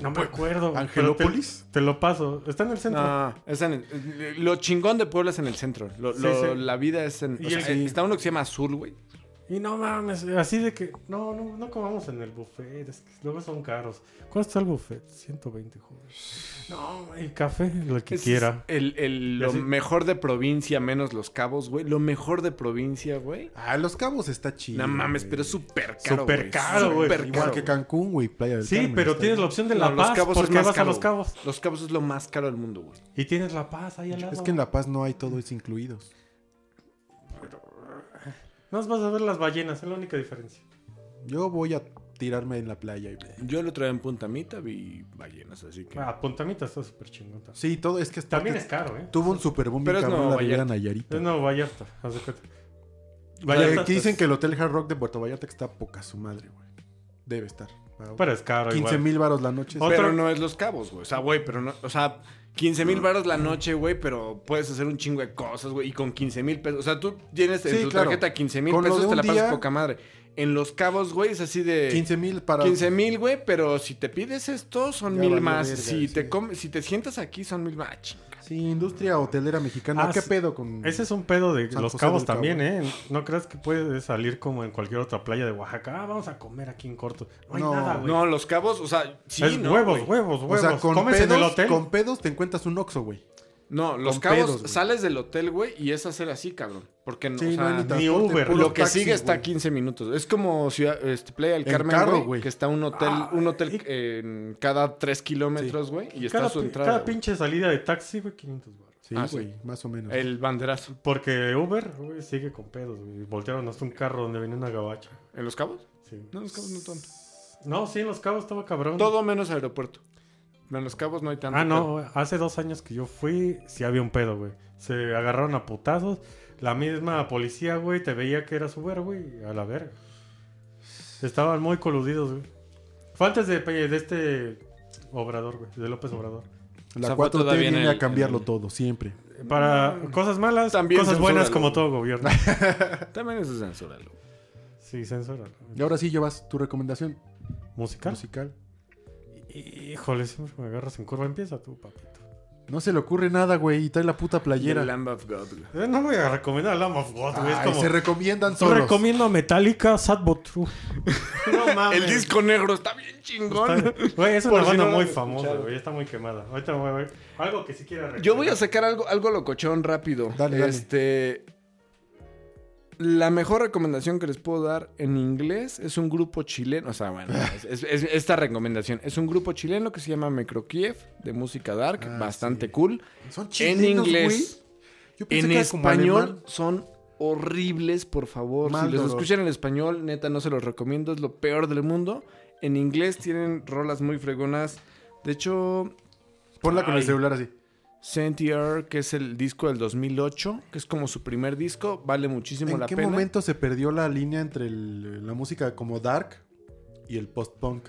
B: No me acuerdo. güey, pero te-
A: ¿Angelópolis? Ah.
B: Te, lo paso. Está en el centro.
C: No, es en el- lo chingón de Puebla es en el centro. Lo-
B: Sí,
C: lo-
B: sí.
C: La vida es en. o
B: Y
C: sea,
B: el- sí.
C: Está uno que se llama Azul, güey.
B: Y no mames, así de que. No, no, no comamos en el buffet. Es que luego son caros. ¿Cuánto está el buffet? 120, joder. No, el café, lo que
C: Ese es
B: quiera.
C: el- el-
B: Y
C: lo
B: así-
C: mejor de provincia, menos los cabos, güey. Lo mejor de provincia, güey.
A: Ah, Los Cabos está chido.
C: No mames,
A: güey.
C: pero es súper caro.
B: Súper
C: güey.
B: caro, güey.
C: Súper
A: Igual
C: caro,
A: que
C: güey.
A: Cancún, güey, Playa del
B: Sí,
A: Carmen,
B: pero
A: está
B: tienes
A: bien.
B: la opción de La
C: No,
B: Paz.
C: es
B: porque
C: más
B: vas a
C: caro,
B: Los
C: güey.
B: Cabos?
C: Los cabos es lo más caro del mundo, güey.
B: Y tienes La Paz ahí al lado.
A: Es que en La Paz no hay todo es incluidos.
B: No vas a ver las ballenas, es la única diferencia.
A: Yo voy a tirarme en la playa. y-
C: Yo lo traía en Puntamita, vi ballenas, así que.
B: Ah, Puntamita está súper chingota.
A: Sí, todo es que está-
B: También es caro, ¿eh?
A: Tuvo un super boom
C: Pero
A: bien
C: es
A: cabrón
C: Nuevo
A: la Riviera
C: Vallarta.
A: Nayarita.
B: Es Nuevo Vallarta, haz de cuenta.
A: Eh,
B: Vallarta.
A: que dicen
B: es-
A: que el Hotel Hard Rock de Puerto Vallarta que está poca su madre, güey. Debe estar. Ah,
B: Pero es caro,
A: 15
B: igual.
A: mil varos la noche.
B: Ot-
C: Pero
B: Otro-
C: no es los cabos, güey. O sea, güey, pero no. O sea, 15 mil baros la noche, güey, pero puedes hacer un chingo de cosas, güey. Y con 15 mil pesos. O sea, tú tienes en
A: Sí,
C: tu
A: claro.
C: tarjeta 15 mil
A: Con lo de
C: pesos, te
A: un
C: la pasas
A: día-
C: poca madre. En Los Cabos, güey, es así de...
A: 15 mil para...
C: 15 mil, güey, pero si te pides esto, son
A: Ya
C: mil
A: valió
C: más.
A: verga,
C: si, te
A: sí.
C: com- si te sientas aquí, son mil más. Ah, Ching.
A: Sí, industria hotelera mexicana.
B: Ah,
A: ¿Qué
B: sí.
A: pedo con...?
B: Ese es un pedo de
A: San
B: los
A: José
B: cabos
A: del Cabo.
B: también, ¿eh? No creas que puedes salir como en cualquier otra playa de Oaxaca. Ah, vamos a comer aquí en corto. No hay
A: No,
B: nada, güey.
C: No, Los Cabos, o sea, sí,
B: es
C: no,
B: huevos,
C: güey.
B: huevos,
A: o
B: huevos.
A: sea, con
B: Comes
A: pedos,
B: en el hotel.
A: con pedos te encuentras un oxo, güey.
C: No, Los
A: Con
C: Cabos,
A: pedos, güey.
C: sales del hotel, güey, y es hacer así, cabrón. Porque no,
A: Sí,
C: o
A: no hay
C: sea,
A: ni
B: ni
A: transporte,
B: Uber.
A: puros
C: Lo que
A: taxis,
C: sigue está
A: güey.
C: a 15 minutos. Es como ciudad, este, Playa del
A: En
C: Carmen,
A: carro,
C: güey,
A: güey.
C: que está un hotel,
B: Ah,
C: un hotel
B: y-
C: en cada 3 kilómetros, güey, y está
B: cada,
C: su
B: pi-
C: entrada.
B: cada
C: güey.
B: pinche salida de taxi, güey, 500 baros.
A: Sí,
C: Ah,
A: güey, más o menos.
C: El banderazo.
B: Porque Uber, güey, sigue con pedos, güey. Voltearon hasta un carro donde venía una gabacha.
C: ¿En Los Cabos?
B: Sí, güey.
C: No, Los Cabos no tanto.
B: No, sí, en los cabos estaba cabrón.
C: Todo menos aeropuerto. En Los Cabos no hay tanto.
B: Ah, no, hace dos años que yo fui, sí había un pedo, güey. Se agarraron a putazos. La misma policía, güey, te veía que eras Uber, güey, a la verga. Estaban muy coludidos, güey. Fue antes de, Pe- de este Obrador, güey, de López Obrador.
A: La
C: Zapato
A: 4T
C: todavía en
A: viene
C: el-
A: a cambiarlo
C: en el-
A: todo, siempre.
B: Para
C: Mm,
B: cosas malas,
C: También
B: cosas buenas
C: censúralo,
B: como
C: güey.
B: todo gobierno.
C: pero- También eso es censura, güey.
B: Sí, censura.
A: Y ahora sí llevas tu recomendación
B: ¿Musical?
A: musical.
B: Híjole, siempre me agarras en curva. Empieza tú, papito.
A: No se le ocurre nada, güey, y trae la puta
C: The
A: playera.
C: Lamb of God, güey.
B: Eh, No voy a recomendar Lamb of God, güey. Es
A: Ay,
B: como...
A: se recomiendan
B: Yo
A: solos.
B: recomiendo Metallica, Sad But True. No mames.
C: El disco negro está bien
B: Está-
C: chingón.
B: Güey, es
C: Por
B: una
C: si
B: banda
C: no lo
B: muy
C: han
B: famosa,
C: escuchado.
B: güey. Está muy quemada. Ahorita voy a ver. Algo que sí quiera recomendar.
C: Yo voy a sacar algo, algo locochón rápido.
A: Dale, dale.
C: Este. La mejor recomendación que les puedo dar en inglés es un grupo chileno. O sea, bueno,
A: Ah.
C: es, es- es esta recomendación. Es un grupo chileno que se llama Micro Kiev, de música dark,
A: Ah,
C: bastante
A: sí.
C: cool.
A: Son
C: En
A: chilenos,
C: inglés,
A: güey. Yo pensé
C: en
A: que era como
C: español
A: alemán.
C: son horribles, por favor.
A: Mal
C: si los
A: dolor.
C: escuchan en español, neta, no se los recomiendo. Es lo peor del mundo. En inglés tienen rolas muy fregonas. De hecho,
A: Ponla con el
C: Ay.
A: celular así.
C: Saint Ear, que es el disco del 2008, que es como su primer disco, vale muchísimo
A: ¿En
C: la
A: qué
C: pena.
A: momento se perdió la línea entre el- la música como dark y el post-punk?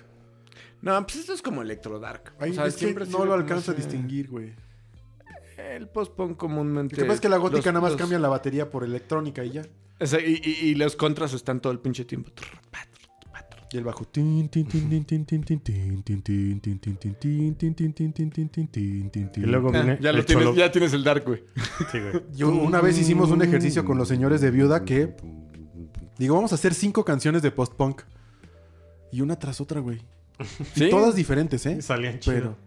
C: No, pues esto es como electro dark.
A: Ahí
C: O sea,
A: es que
C: siempre ha
A: no
C: sido
A: lo
C: como
A: alcanza a
C: ese-
A: distinguir, güey.
C: El post-punk comúnmente.
A: Lo que pasa es que la gótica
C: los-
A: nada más
C: los-
A: cambia la batería por electrónica y ya.
C: o sea, y, y- y los contras están todo el pinche tiempo.
A: Y el bajo. tin, tin, tin, tin, tin, tin, tin, tin, tin, tin, tin, tin, tin, tin, tin, tin, tin, tin, tin, tin, tin, tin, tin.
B: Y luego
C: Ah,
B: viene.
C: ya, lo
B: el
C: tienes,
B: Cholo-
C: ya tienes el dark, güey.
B: Sí, güey.
A: Yo- una vez hicimos un ejercicio con los señores de viuda que. Digo, vamos a hacer cinco canciones de post-punk. Y una tras otra, güey.
C: Sí.
A: Todas diferentes, ¿eh?
B: Y Salían chido.
A: Pero.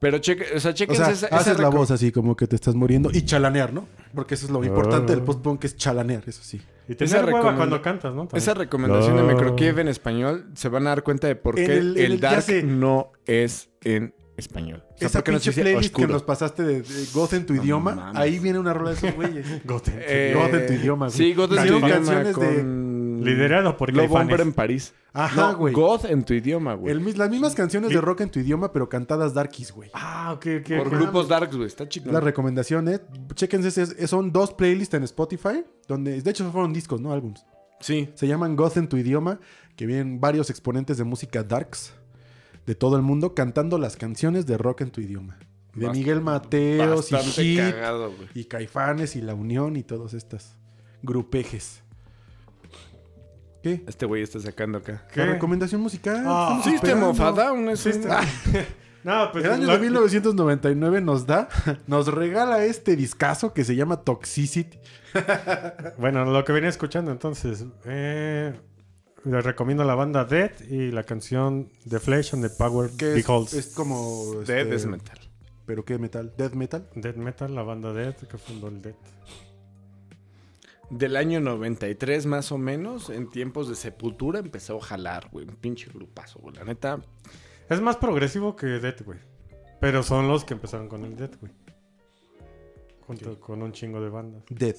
C: Pero cheque, o sea,
A: O
C: chequense
A: sea,
C: esa, esa
A: haces la
C: reco-
A: voz así como que te estás muriendo y chalanear, ¿no? Porque eso es lo importante del post-punk, es chalanear, eso sí.
B: Y tener hueva
C: recomenda-
B: cuando cantas, ¿no? También.
C: Esa recomendación de
B: No.
C: Microkiev en español se van a dar cuenta de por
A: En
C: qué
A: el-
C: el,
A: en el- ya
C: dark
A: sé.
C: no es en español. O sea,
A: Esa
C: ¿por qué nos
A: pinche
C: dice
A: playlist que
C: oscuro?
A: nos pasaste de, de Goth en tu
C: No
A: idioma,
C: mames.
A: ahí viene una rola de esos güeyes.
B: Goten.
C: Eh,
A: God en tu idioma, güey.
C: Sí, God en tu
A: Hicieron
C: idioma.
A: canciones de-
C: con-
B: Liderado por
C: Love
B: Caifanes.
C: Bomber en París.
A: Ajá,
C: No,
A: güey.
C: God en tu idioma, güey.
A: El mis- las mismas canciones de rock en tu idioma, pero cantadas darkies, güey.
B: Ah, ok, ok.
C: Por
B: ok.
C: grupos darks, güey. Está chido.
A: Las recomendaciones, eh. chéquense, es- es- son dos playlists en Spotify, donde de hecho fueron discos, no álbums.
C: Sí.
A: Se llaman Goth en tu idioma, que vienen varios exponentes de música darks de todo el mundo cantando las canciones de rock en tu idioma. De
C: Bast-
A: Miguel Mateos y
C: Bastante
A: Hit,
C: cagado, güey.
A: y Caifanes y La Unión y todas estas grupejes. ¿Qué?
C: Este güey está sacando acá.
B: ¿Qué?
A: La recomendación musical.
B: Ah.
A: estamos
C: System
A: Ah, esperando. este
C: of a Down es un- ah,
B: System- No, pues.
A: El año
B: la-
A: de 1999 nos da, nos regala este discazo que se llama Toxicity.
B: Bueno, lo que venía escuchando entonces. Eh, les recomiendo la banda Dead y la canción The Flesh and the Power
A: Que es,
B: Beholds.
C: este
A: es como.
C: Dead
A: este,
C: es metal.
A: ¿Pero qué metal? ¿Death metal?
B: Dead Metal, la banda Dead que fundó el Dead.
C: Del año 93 más o menos, en tiempos de sepultura, empezó a jalar, güey. Un pinche grupazo, güey. La neta,
B: Es más progresivo que Dead, güey. Pero son los que empezaron con el Dead, güey. Junto con un chingo de bandas.
A: Death.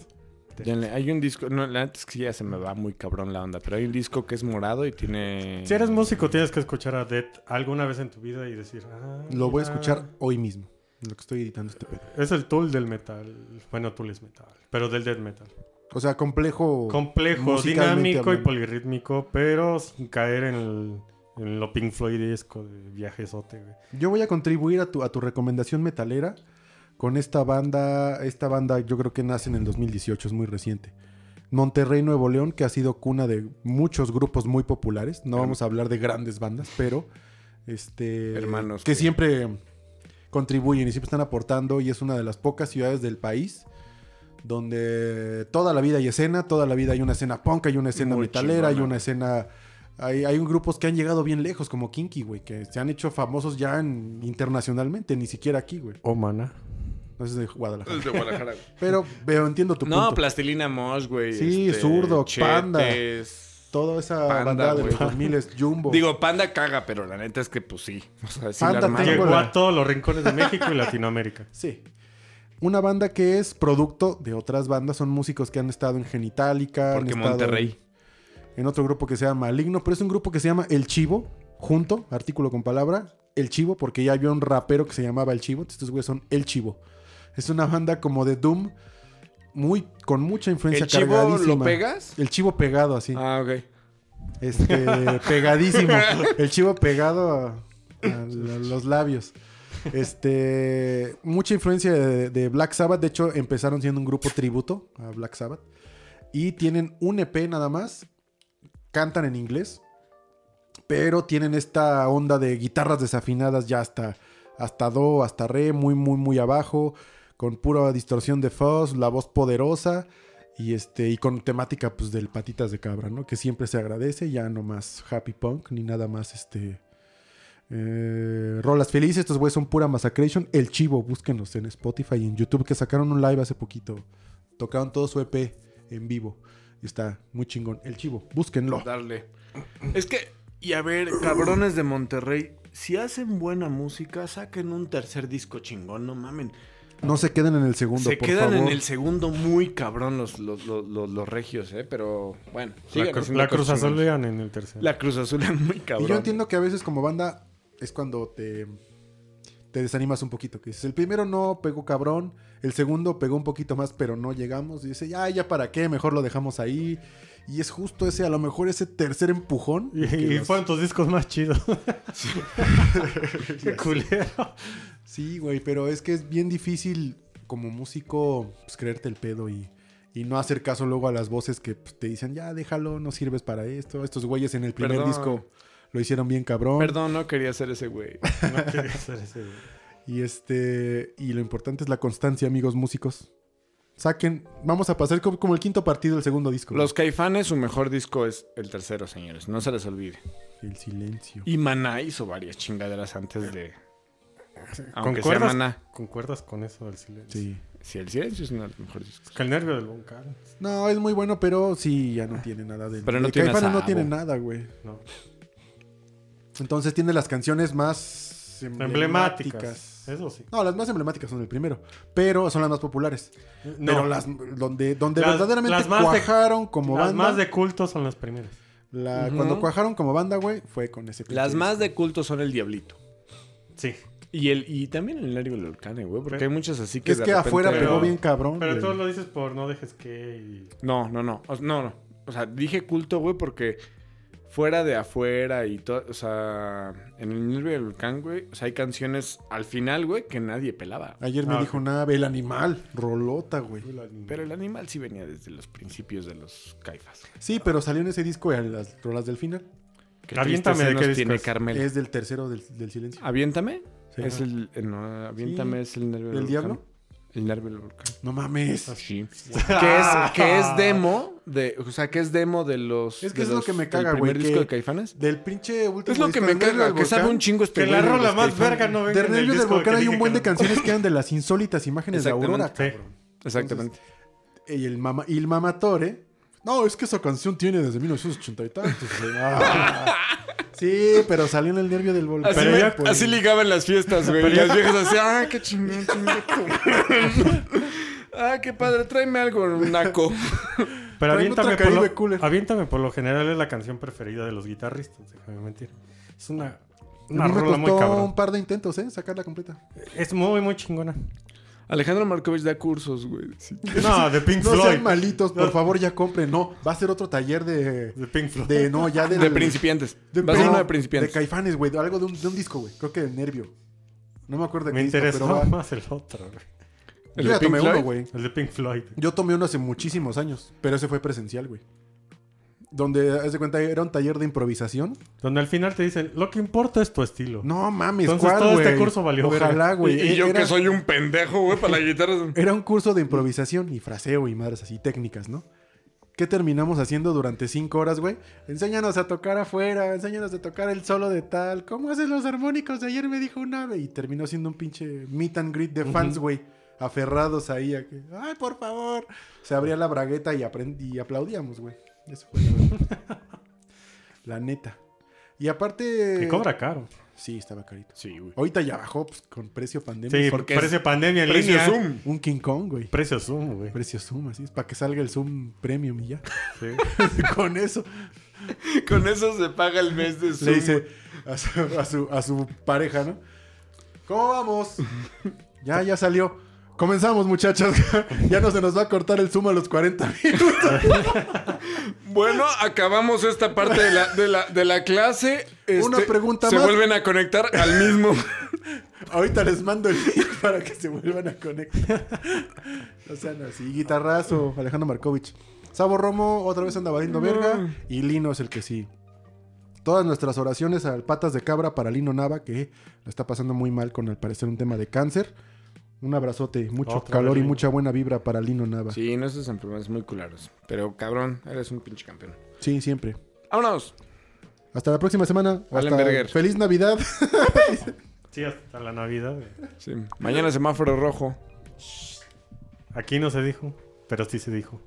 C: denle- hay un disco... No, la neta es que ya se me va muy cabrón la onda. Pero hay un disco que es morado y tiene...
B: Si eres músico, tienes que escuchar a Dead alguna vez en tu vida y decir, ah,
A: Lo voy a
B: mira,
A: escuchar hoy mismo. en Lo que estoy editando este pedo.
B: Es el tool del metal. Bueno, tool es metal, pero del death metal.
A: O sea, complejo.
B: Complejo,
A: Oh, musicalmente
B: dinámico y
A: hablando.
B: polirrítmico, pero sin caer en, el- en lo Pink Floydesco de viajesote, güey.
A: Yo voy a contribuir a tu, a tu recomendación metalera con esta banda. Esta banda yo creo que nace en el 2018, es muy reciente. Monterrey, Nuevo León, que ha sido cuna de muchos grupos muy populares. No vamos a hablar de grandes bandas, pero este
C: Hermanos
A: que
C: que-
A: siempre contribuyen y siempre están aportando y es una de las pocas ciudades del país donde toda la vida hay escena, toda la vida hay una escena punk, hay una escena
C: Muy
A: metalera, hay
C: chingona.
A: una escena hay, hay grupos que han llegado bien lejos, como Kinky, güey, que se han hecho famosos ya en- internacionalmente, ni siquiera aquí, güey.
B: O Mana.
A: No es de Guadalajara.
C: Es de Guadalajara, güey.
A: Pero veo, entiendo tu
C: No,
A: punto.
C: plastilina Mosh, güey. este,
A: Sí, Zurdo, Panda.
C: Chetes.
A: Toda esa
C: Panda,
A: bandada de
C: güey.
A: los 2000 es Jumbo.
C: Digo, Panda caga, pero la neta es que pues sí. O sea, sí
A: Panda
C: la armaron.
A: tengo-
B: Llegó
A: Hola.
B: a todos los rincones de México y Latinoamérica.
A: Sí. Una banda que es producto de otras bandas. Son músicos que han estado en Genitalica. han
C: Porque
A: estado
C: Monterrey.
A: En otro grupo que se llama Maligno. Pero es un grupo que se llama El Chivo. Junto, artículo con palabra. El Chivo, porque ya había un rapero que se llamaba El Chivo. Estos güeyes son El Chivo. Es una banda como de Doom. Muy, con mucha influencia
C: ¿El chivo
A: cargadísima.
C: lo pegas?
A: El chivo pegado así.
C: Ah, ok.
A: Este, pegadísimo. El chivo pegado a, a lo- los labios. Este, mucha influencia de, de Black Sabbath. De hecho, empezaron siendo un grupo tributo a Black Sabbath. Y tienen un EP nada más. Cantan en inglés. Pero tienen esta onda de guitarras desafinadas ya hasta, hasta do, hasta re, muy, muy, muy abajo. Con pura distorsión de fuzz, la voz poderosa. Y este, y con temática pues del patitas de cabra, ¿no? Que siempre se agradece, ya no más happy punk, ni nada más este. eh, rolas felices, estos güeyes son pura Massacration. El Chivo, búsquenlos en Spotify y en YouTube, que sacaron un live hace poquito. Tocaron todo su EP en vivo. Y está muy chingón. El Chivo, búsquenlo.
C: Darle. Es que, y a ver, cabrones de Monterrey, si hacen buena música, saquen un tercer disco chingón, no mamen.
A: No se queden en el segundo,
C: Se
A: por
C: quedan
A: favor.
C: en el segundo muy cabrón los, los, los, los- los regios, ¿eh? Pero bueno,
B: La,
C: sigan
B: Cruz-
C: haciendo
B: la Cruz
C: cosas
B: Azul
C: chingonas.
B: vean en el tercero.
C: La Cruz Azul es muy cabrón.
A: Y yo entiendo que a veces como banda es cuando te, te desanimas un poquito. Que dices, el primero no pegó cabrón, el segundo pegó un poquito más, pero no llegamos. Y dice, ya, ya para qué, mejor lo dejamos ahí. Y es justo ese, a lo mejor ese tercer empujón.
B: Y,
A: que
B: y
A: los-
B: fueron tus discos más chidos. Qué culero.
A: Sí, güey, pero es que es bien difícil como músico pues, creerte el pedo y, y no hacer caso luego a las voces que pues, te dicen, ya, déjalo, no sirves para esto. Estos güeyes en el primer
C: Perdón.
A: disco lo hicieron bien cabrón.
C: Perdón, no quería ser ese güey.
B: No quería hacer ese.
A: Y este. Y lo importante es la constancia, amigos músicos. Saquen. Vamos a pasar como, como el quinto partido del segundo disco.
C: Los Caifanes, su mejor disco es el tercero, señores. No se les olvide.
A: El silencio.
C: Y Maná hizo varias chingaderas antes de... Aunque sea
B: ¿Concuerdas,
C: Maná.
B: ¿Concuerdas con eso del silencio?
A: Sí.
C: Si el silencio es uno de los mejores discos.
B: Es que el nervio del vocal.
A: No, es muy bueno, pero sí, ya no tiene nada de.
C: Pero no
A: de
C: tiene
A: Caifanes no
C: sabo.
A: tiene nada, güey.
B: No.
A: Entonces tiene las canciones más
B: Emblemáticas. Eso sí.
A: No, las más emblemáticas son el primero, pero son las más populares.
B: No,
A: Pero las donde, donde
B: Las-
A: verdaderamente
B: las más de-
A: cuajaron como
B: las
A: banda.
B: más de culto son las primeras.
A: la-
C: Ujú.
A: Cuando cuajaron como banda, güey, fue con ese pinche
C: Las más
A: disco.
C: de culto son el Diablito.
B: Sí.
C: Y el y también el nervio del Volcán, eh, güey, porque hay muchas así que
A: Es
C: de
A: que
C: repente-
A: afuera
B: Pero-
A: pegó bien cabrón.
B: Pero
A: güey.
B: tú lo dices por no dejes que. y-
C: No, no, no. O- No, no. O sea, dije culto, güey, porque fuera de afuera y todo, o sea, en el nervio del Volcán, güey, o sea, hay canciones al final, güey, que nadie pelaba.
A: Ayer me
B: Ah,
A: dijo una ave, el animal, Rolota, güey.
C: Pero el animal sí venía desde los principios de los Caifas.
A: Sí, pero salió en ese disco en las rolas del final.
C: ¿Qué
B: Aviéntame, ¿de
C: tristeza
B: qué
C: nos tiene
B: disco es?
C: Carmel?
A: Es del tercero del, del silencio.
C: Aviéntame.
A: Sí.
C: Es el eh, no, aviéntame es el nervio del
A: ¿Del
C: Volcán.
A: diablo?
C: El nervio del Volcán.
A: No mames.
C: Sí. que, es, que es demo de. O sea, que es demo de los.
A: Es que
C: de
A: es lo
C: los-
A: que me
C: del
A: caga,
C: primer
A: güey,
C: disco
A: que-
C: de Caifanes?
A: Del pinche último
C: Es lo que
A: disco,
C: me
A: del Nervio
C: caga,
A: del
C: que sabe
A: Volcán.
C: un chingo este
B: Que la
C: güey de
B: rola
C: los
B: más
C: Caifanes.
B: verga no venga.
A: Del
B: en el
A: Nervio del
B: disco
A: Volcán
B: que
A: hay un
B: dije
A: buen
B: que
A: de canciones que eran de las insólitas imágenes de Aurora.
B: Exactamente.
A: cabrón.
C: Exactamente.
A: Y el, mama, y el Mamatore. No, es que esa canción tiene desde 1980 y tantos. güey. Ah. Sí, pero salió en el nervio del volcán.
C: Así,
B: Pero
C: me-
B: ya,
A: pues.
C: así ligaban las fiestas, güey. Y las viejas así, ah, qué chingón, chingón. ah, qué padre, tráeme algo, naco.
B: no. Pero
A: Traen
B: aviéntame
A: otra
B: por,
A: Caribe Cooler.
B: lo, aviéntame por lo general es la canción preferida de los guitarristas. Déjame mentir. Es una.
A: A
B: Una
A: mí me
B: rola muy
A: costó
B: cabrón.
A: un par de intentos, ¿eh? Sacarla completa.
B: Es muy, muy chingona.
C: Alejandro Markovich da cursos, güey. Sí.
B: No, de Pink
A: No
B: Floyd.
A: sean malitos, por favor, ya compren. No, va a ser otro taller de.
B: De Pink Floyd.
A: De no, ya del-
C: De principiantes.
A: de-
C: Va a ser
A: no,
C: uno de
A: De
C: principiantes.
A: caifanes, güey. de Algo de un, de un disco, güey. Creo que de nervio. No me acuerdo de
B: Me
A: qué disco,
B: interesó
A: pero va-
B: más el otro, güey.
A: Yo
C: de
A: ya
C: Pink
A: tomé uno,
C: Floyd?
A: güey.
B: El de Pink Floyd.
A: Yo tomé uno hace muchísimos años, pero ese fue presencial, güey. Donde, haz de cuenta, era un taller de improvisación.
B: Donde al final te dicen, lo que importa es tu estilo.
A: No mames,
B: Entonces,
A: ¿cuál,
B: todo este
A: güey?
B: curso valió
A: Ojalá,
B: verga.
A: güey.
C: y, y yo
A: Era-
C: que soy un pendejo, güey, para la guitarra.
A: Era un curso de improvisación y fraseo y madres así, técnicas, ¿no? ¿Qué terminamos haciendo durante cinco horas, güey? Enséñanos a tocar afuera, enséñanos a tocar el solo de tal. ¿Cómo hacen los armónicos? Ayer me dijo un ave. Y terminó siendo un pinche meet and greet de fans, güey. Aferrados ahí a que, ¡ay, por favor! Se abría la bragueta y, aprend- y aplaudíamos, güey. Eso fue. la verdad. la neta. Y aparte...
B: Que cobra caro.
A: Sí, estaba carito.
C: Sí, güey.
A: Ahorita ya bajó pues, con precio pandemia.
B: Sí, porque
C: porque es
B: parece pandemia en
C: Precio
B: línea.
C: Zoom.
A: Un King Kong, güey.
B: Precio Zoom, güey.
A: Precio Zoom, así es, para que salga el Zoom Premium y ya.
B: Sí.
A: Con eso
C: Con eso se paga el mes de Zoom.
A: le dice a su, a su- a su pareja, ¿no? ¿Cómo vamos? ya, ya salió. Comenzamos, muchachos. ya no se nos va a cortar el Zoom a los 40 minutos.
C: Bueno, acabamos esta parte de la, de la, de la clase. este,
A: Una pregunta
C: se
A: más.
C: vuelven a conectar al mismo.
A: Ahorita les mando el link para que se vuelvan a conectar. o sea, no, sí, guitarrazo, Alejandro Markovich. Sabo Romo otra vez anda valiendo verga. Y Lino es el que sí. Todas nuestras oraciones al patas de cabra para Lino Nava, que la está pasando muy mal con al parecer un tema de cáncer. Un abrazote, mucho
B: Otra
A: calor
B: vez ¿eh?
A: y
B: Lino.
A: mucha buena vibra para Lino Nava. Sí,
C: Sí, no esos enfermedades muy culeros. Pero cabrón, eres un pinche campeón.
A: siempre.
C: Vámonos.
A: Hasta la próxima semana. Hasta
C: Wallenberger.
A: feliz Navidad.
B: Sí, hasta la Navidad. güey.
C: Sí. Mañana semáforo rojo.
B: Aquí no se dijo, pero sí se dijo.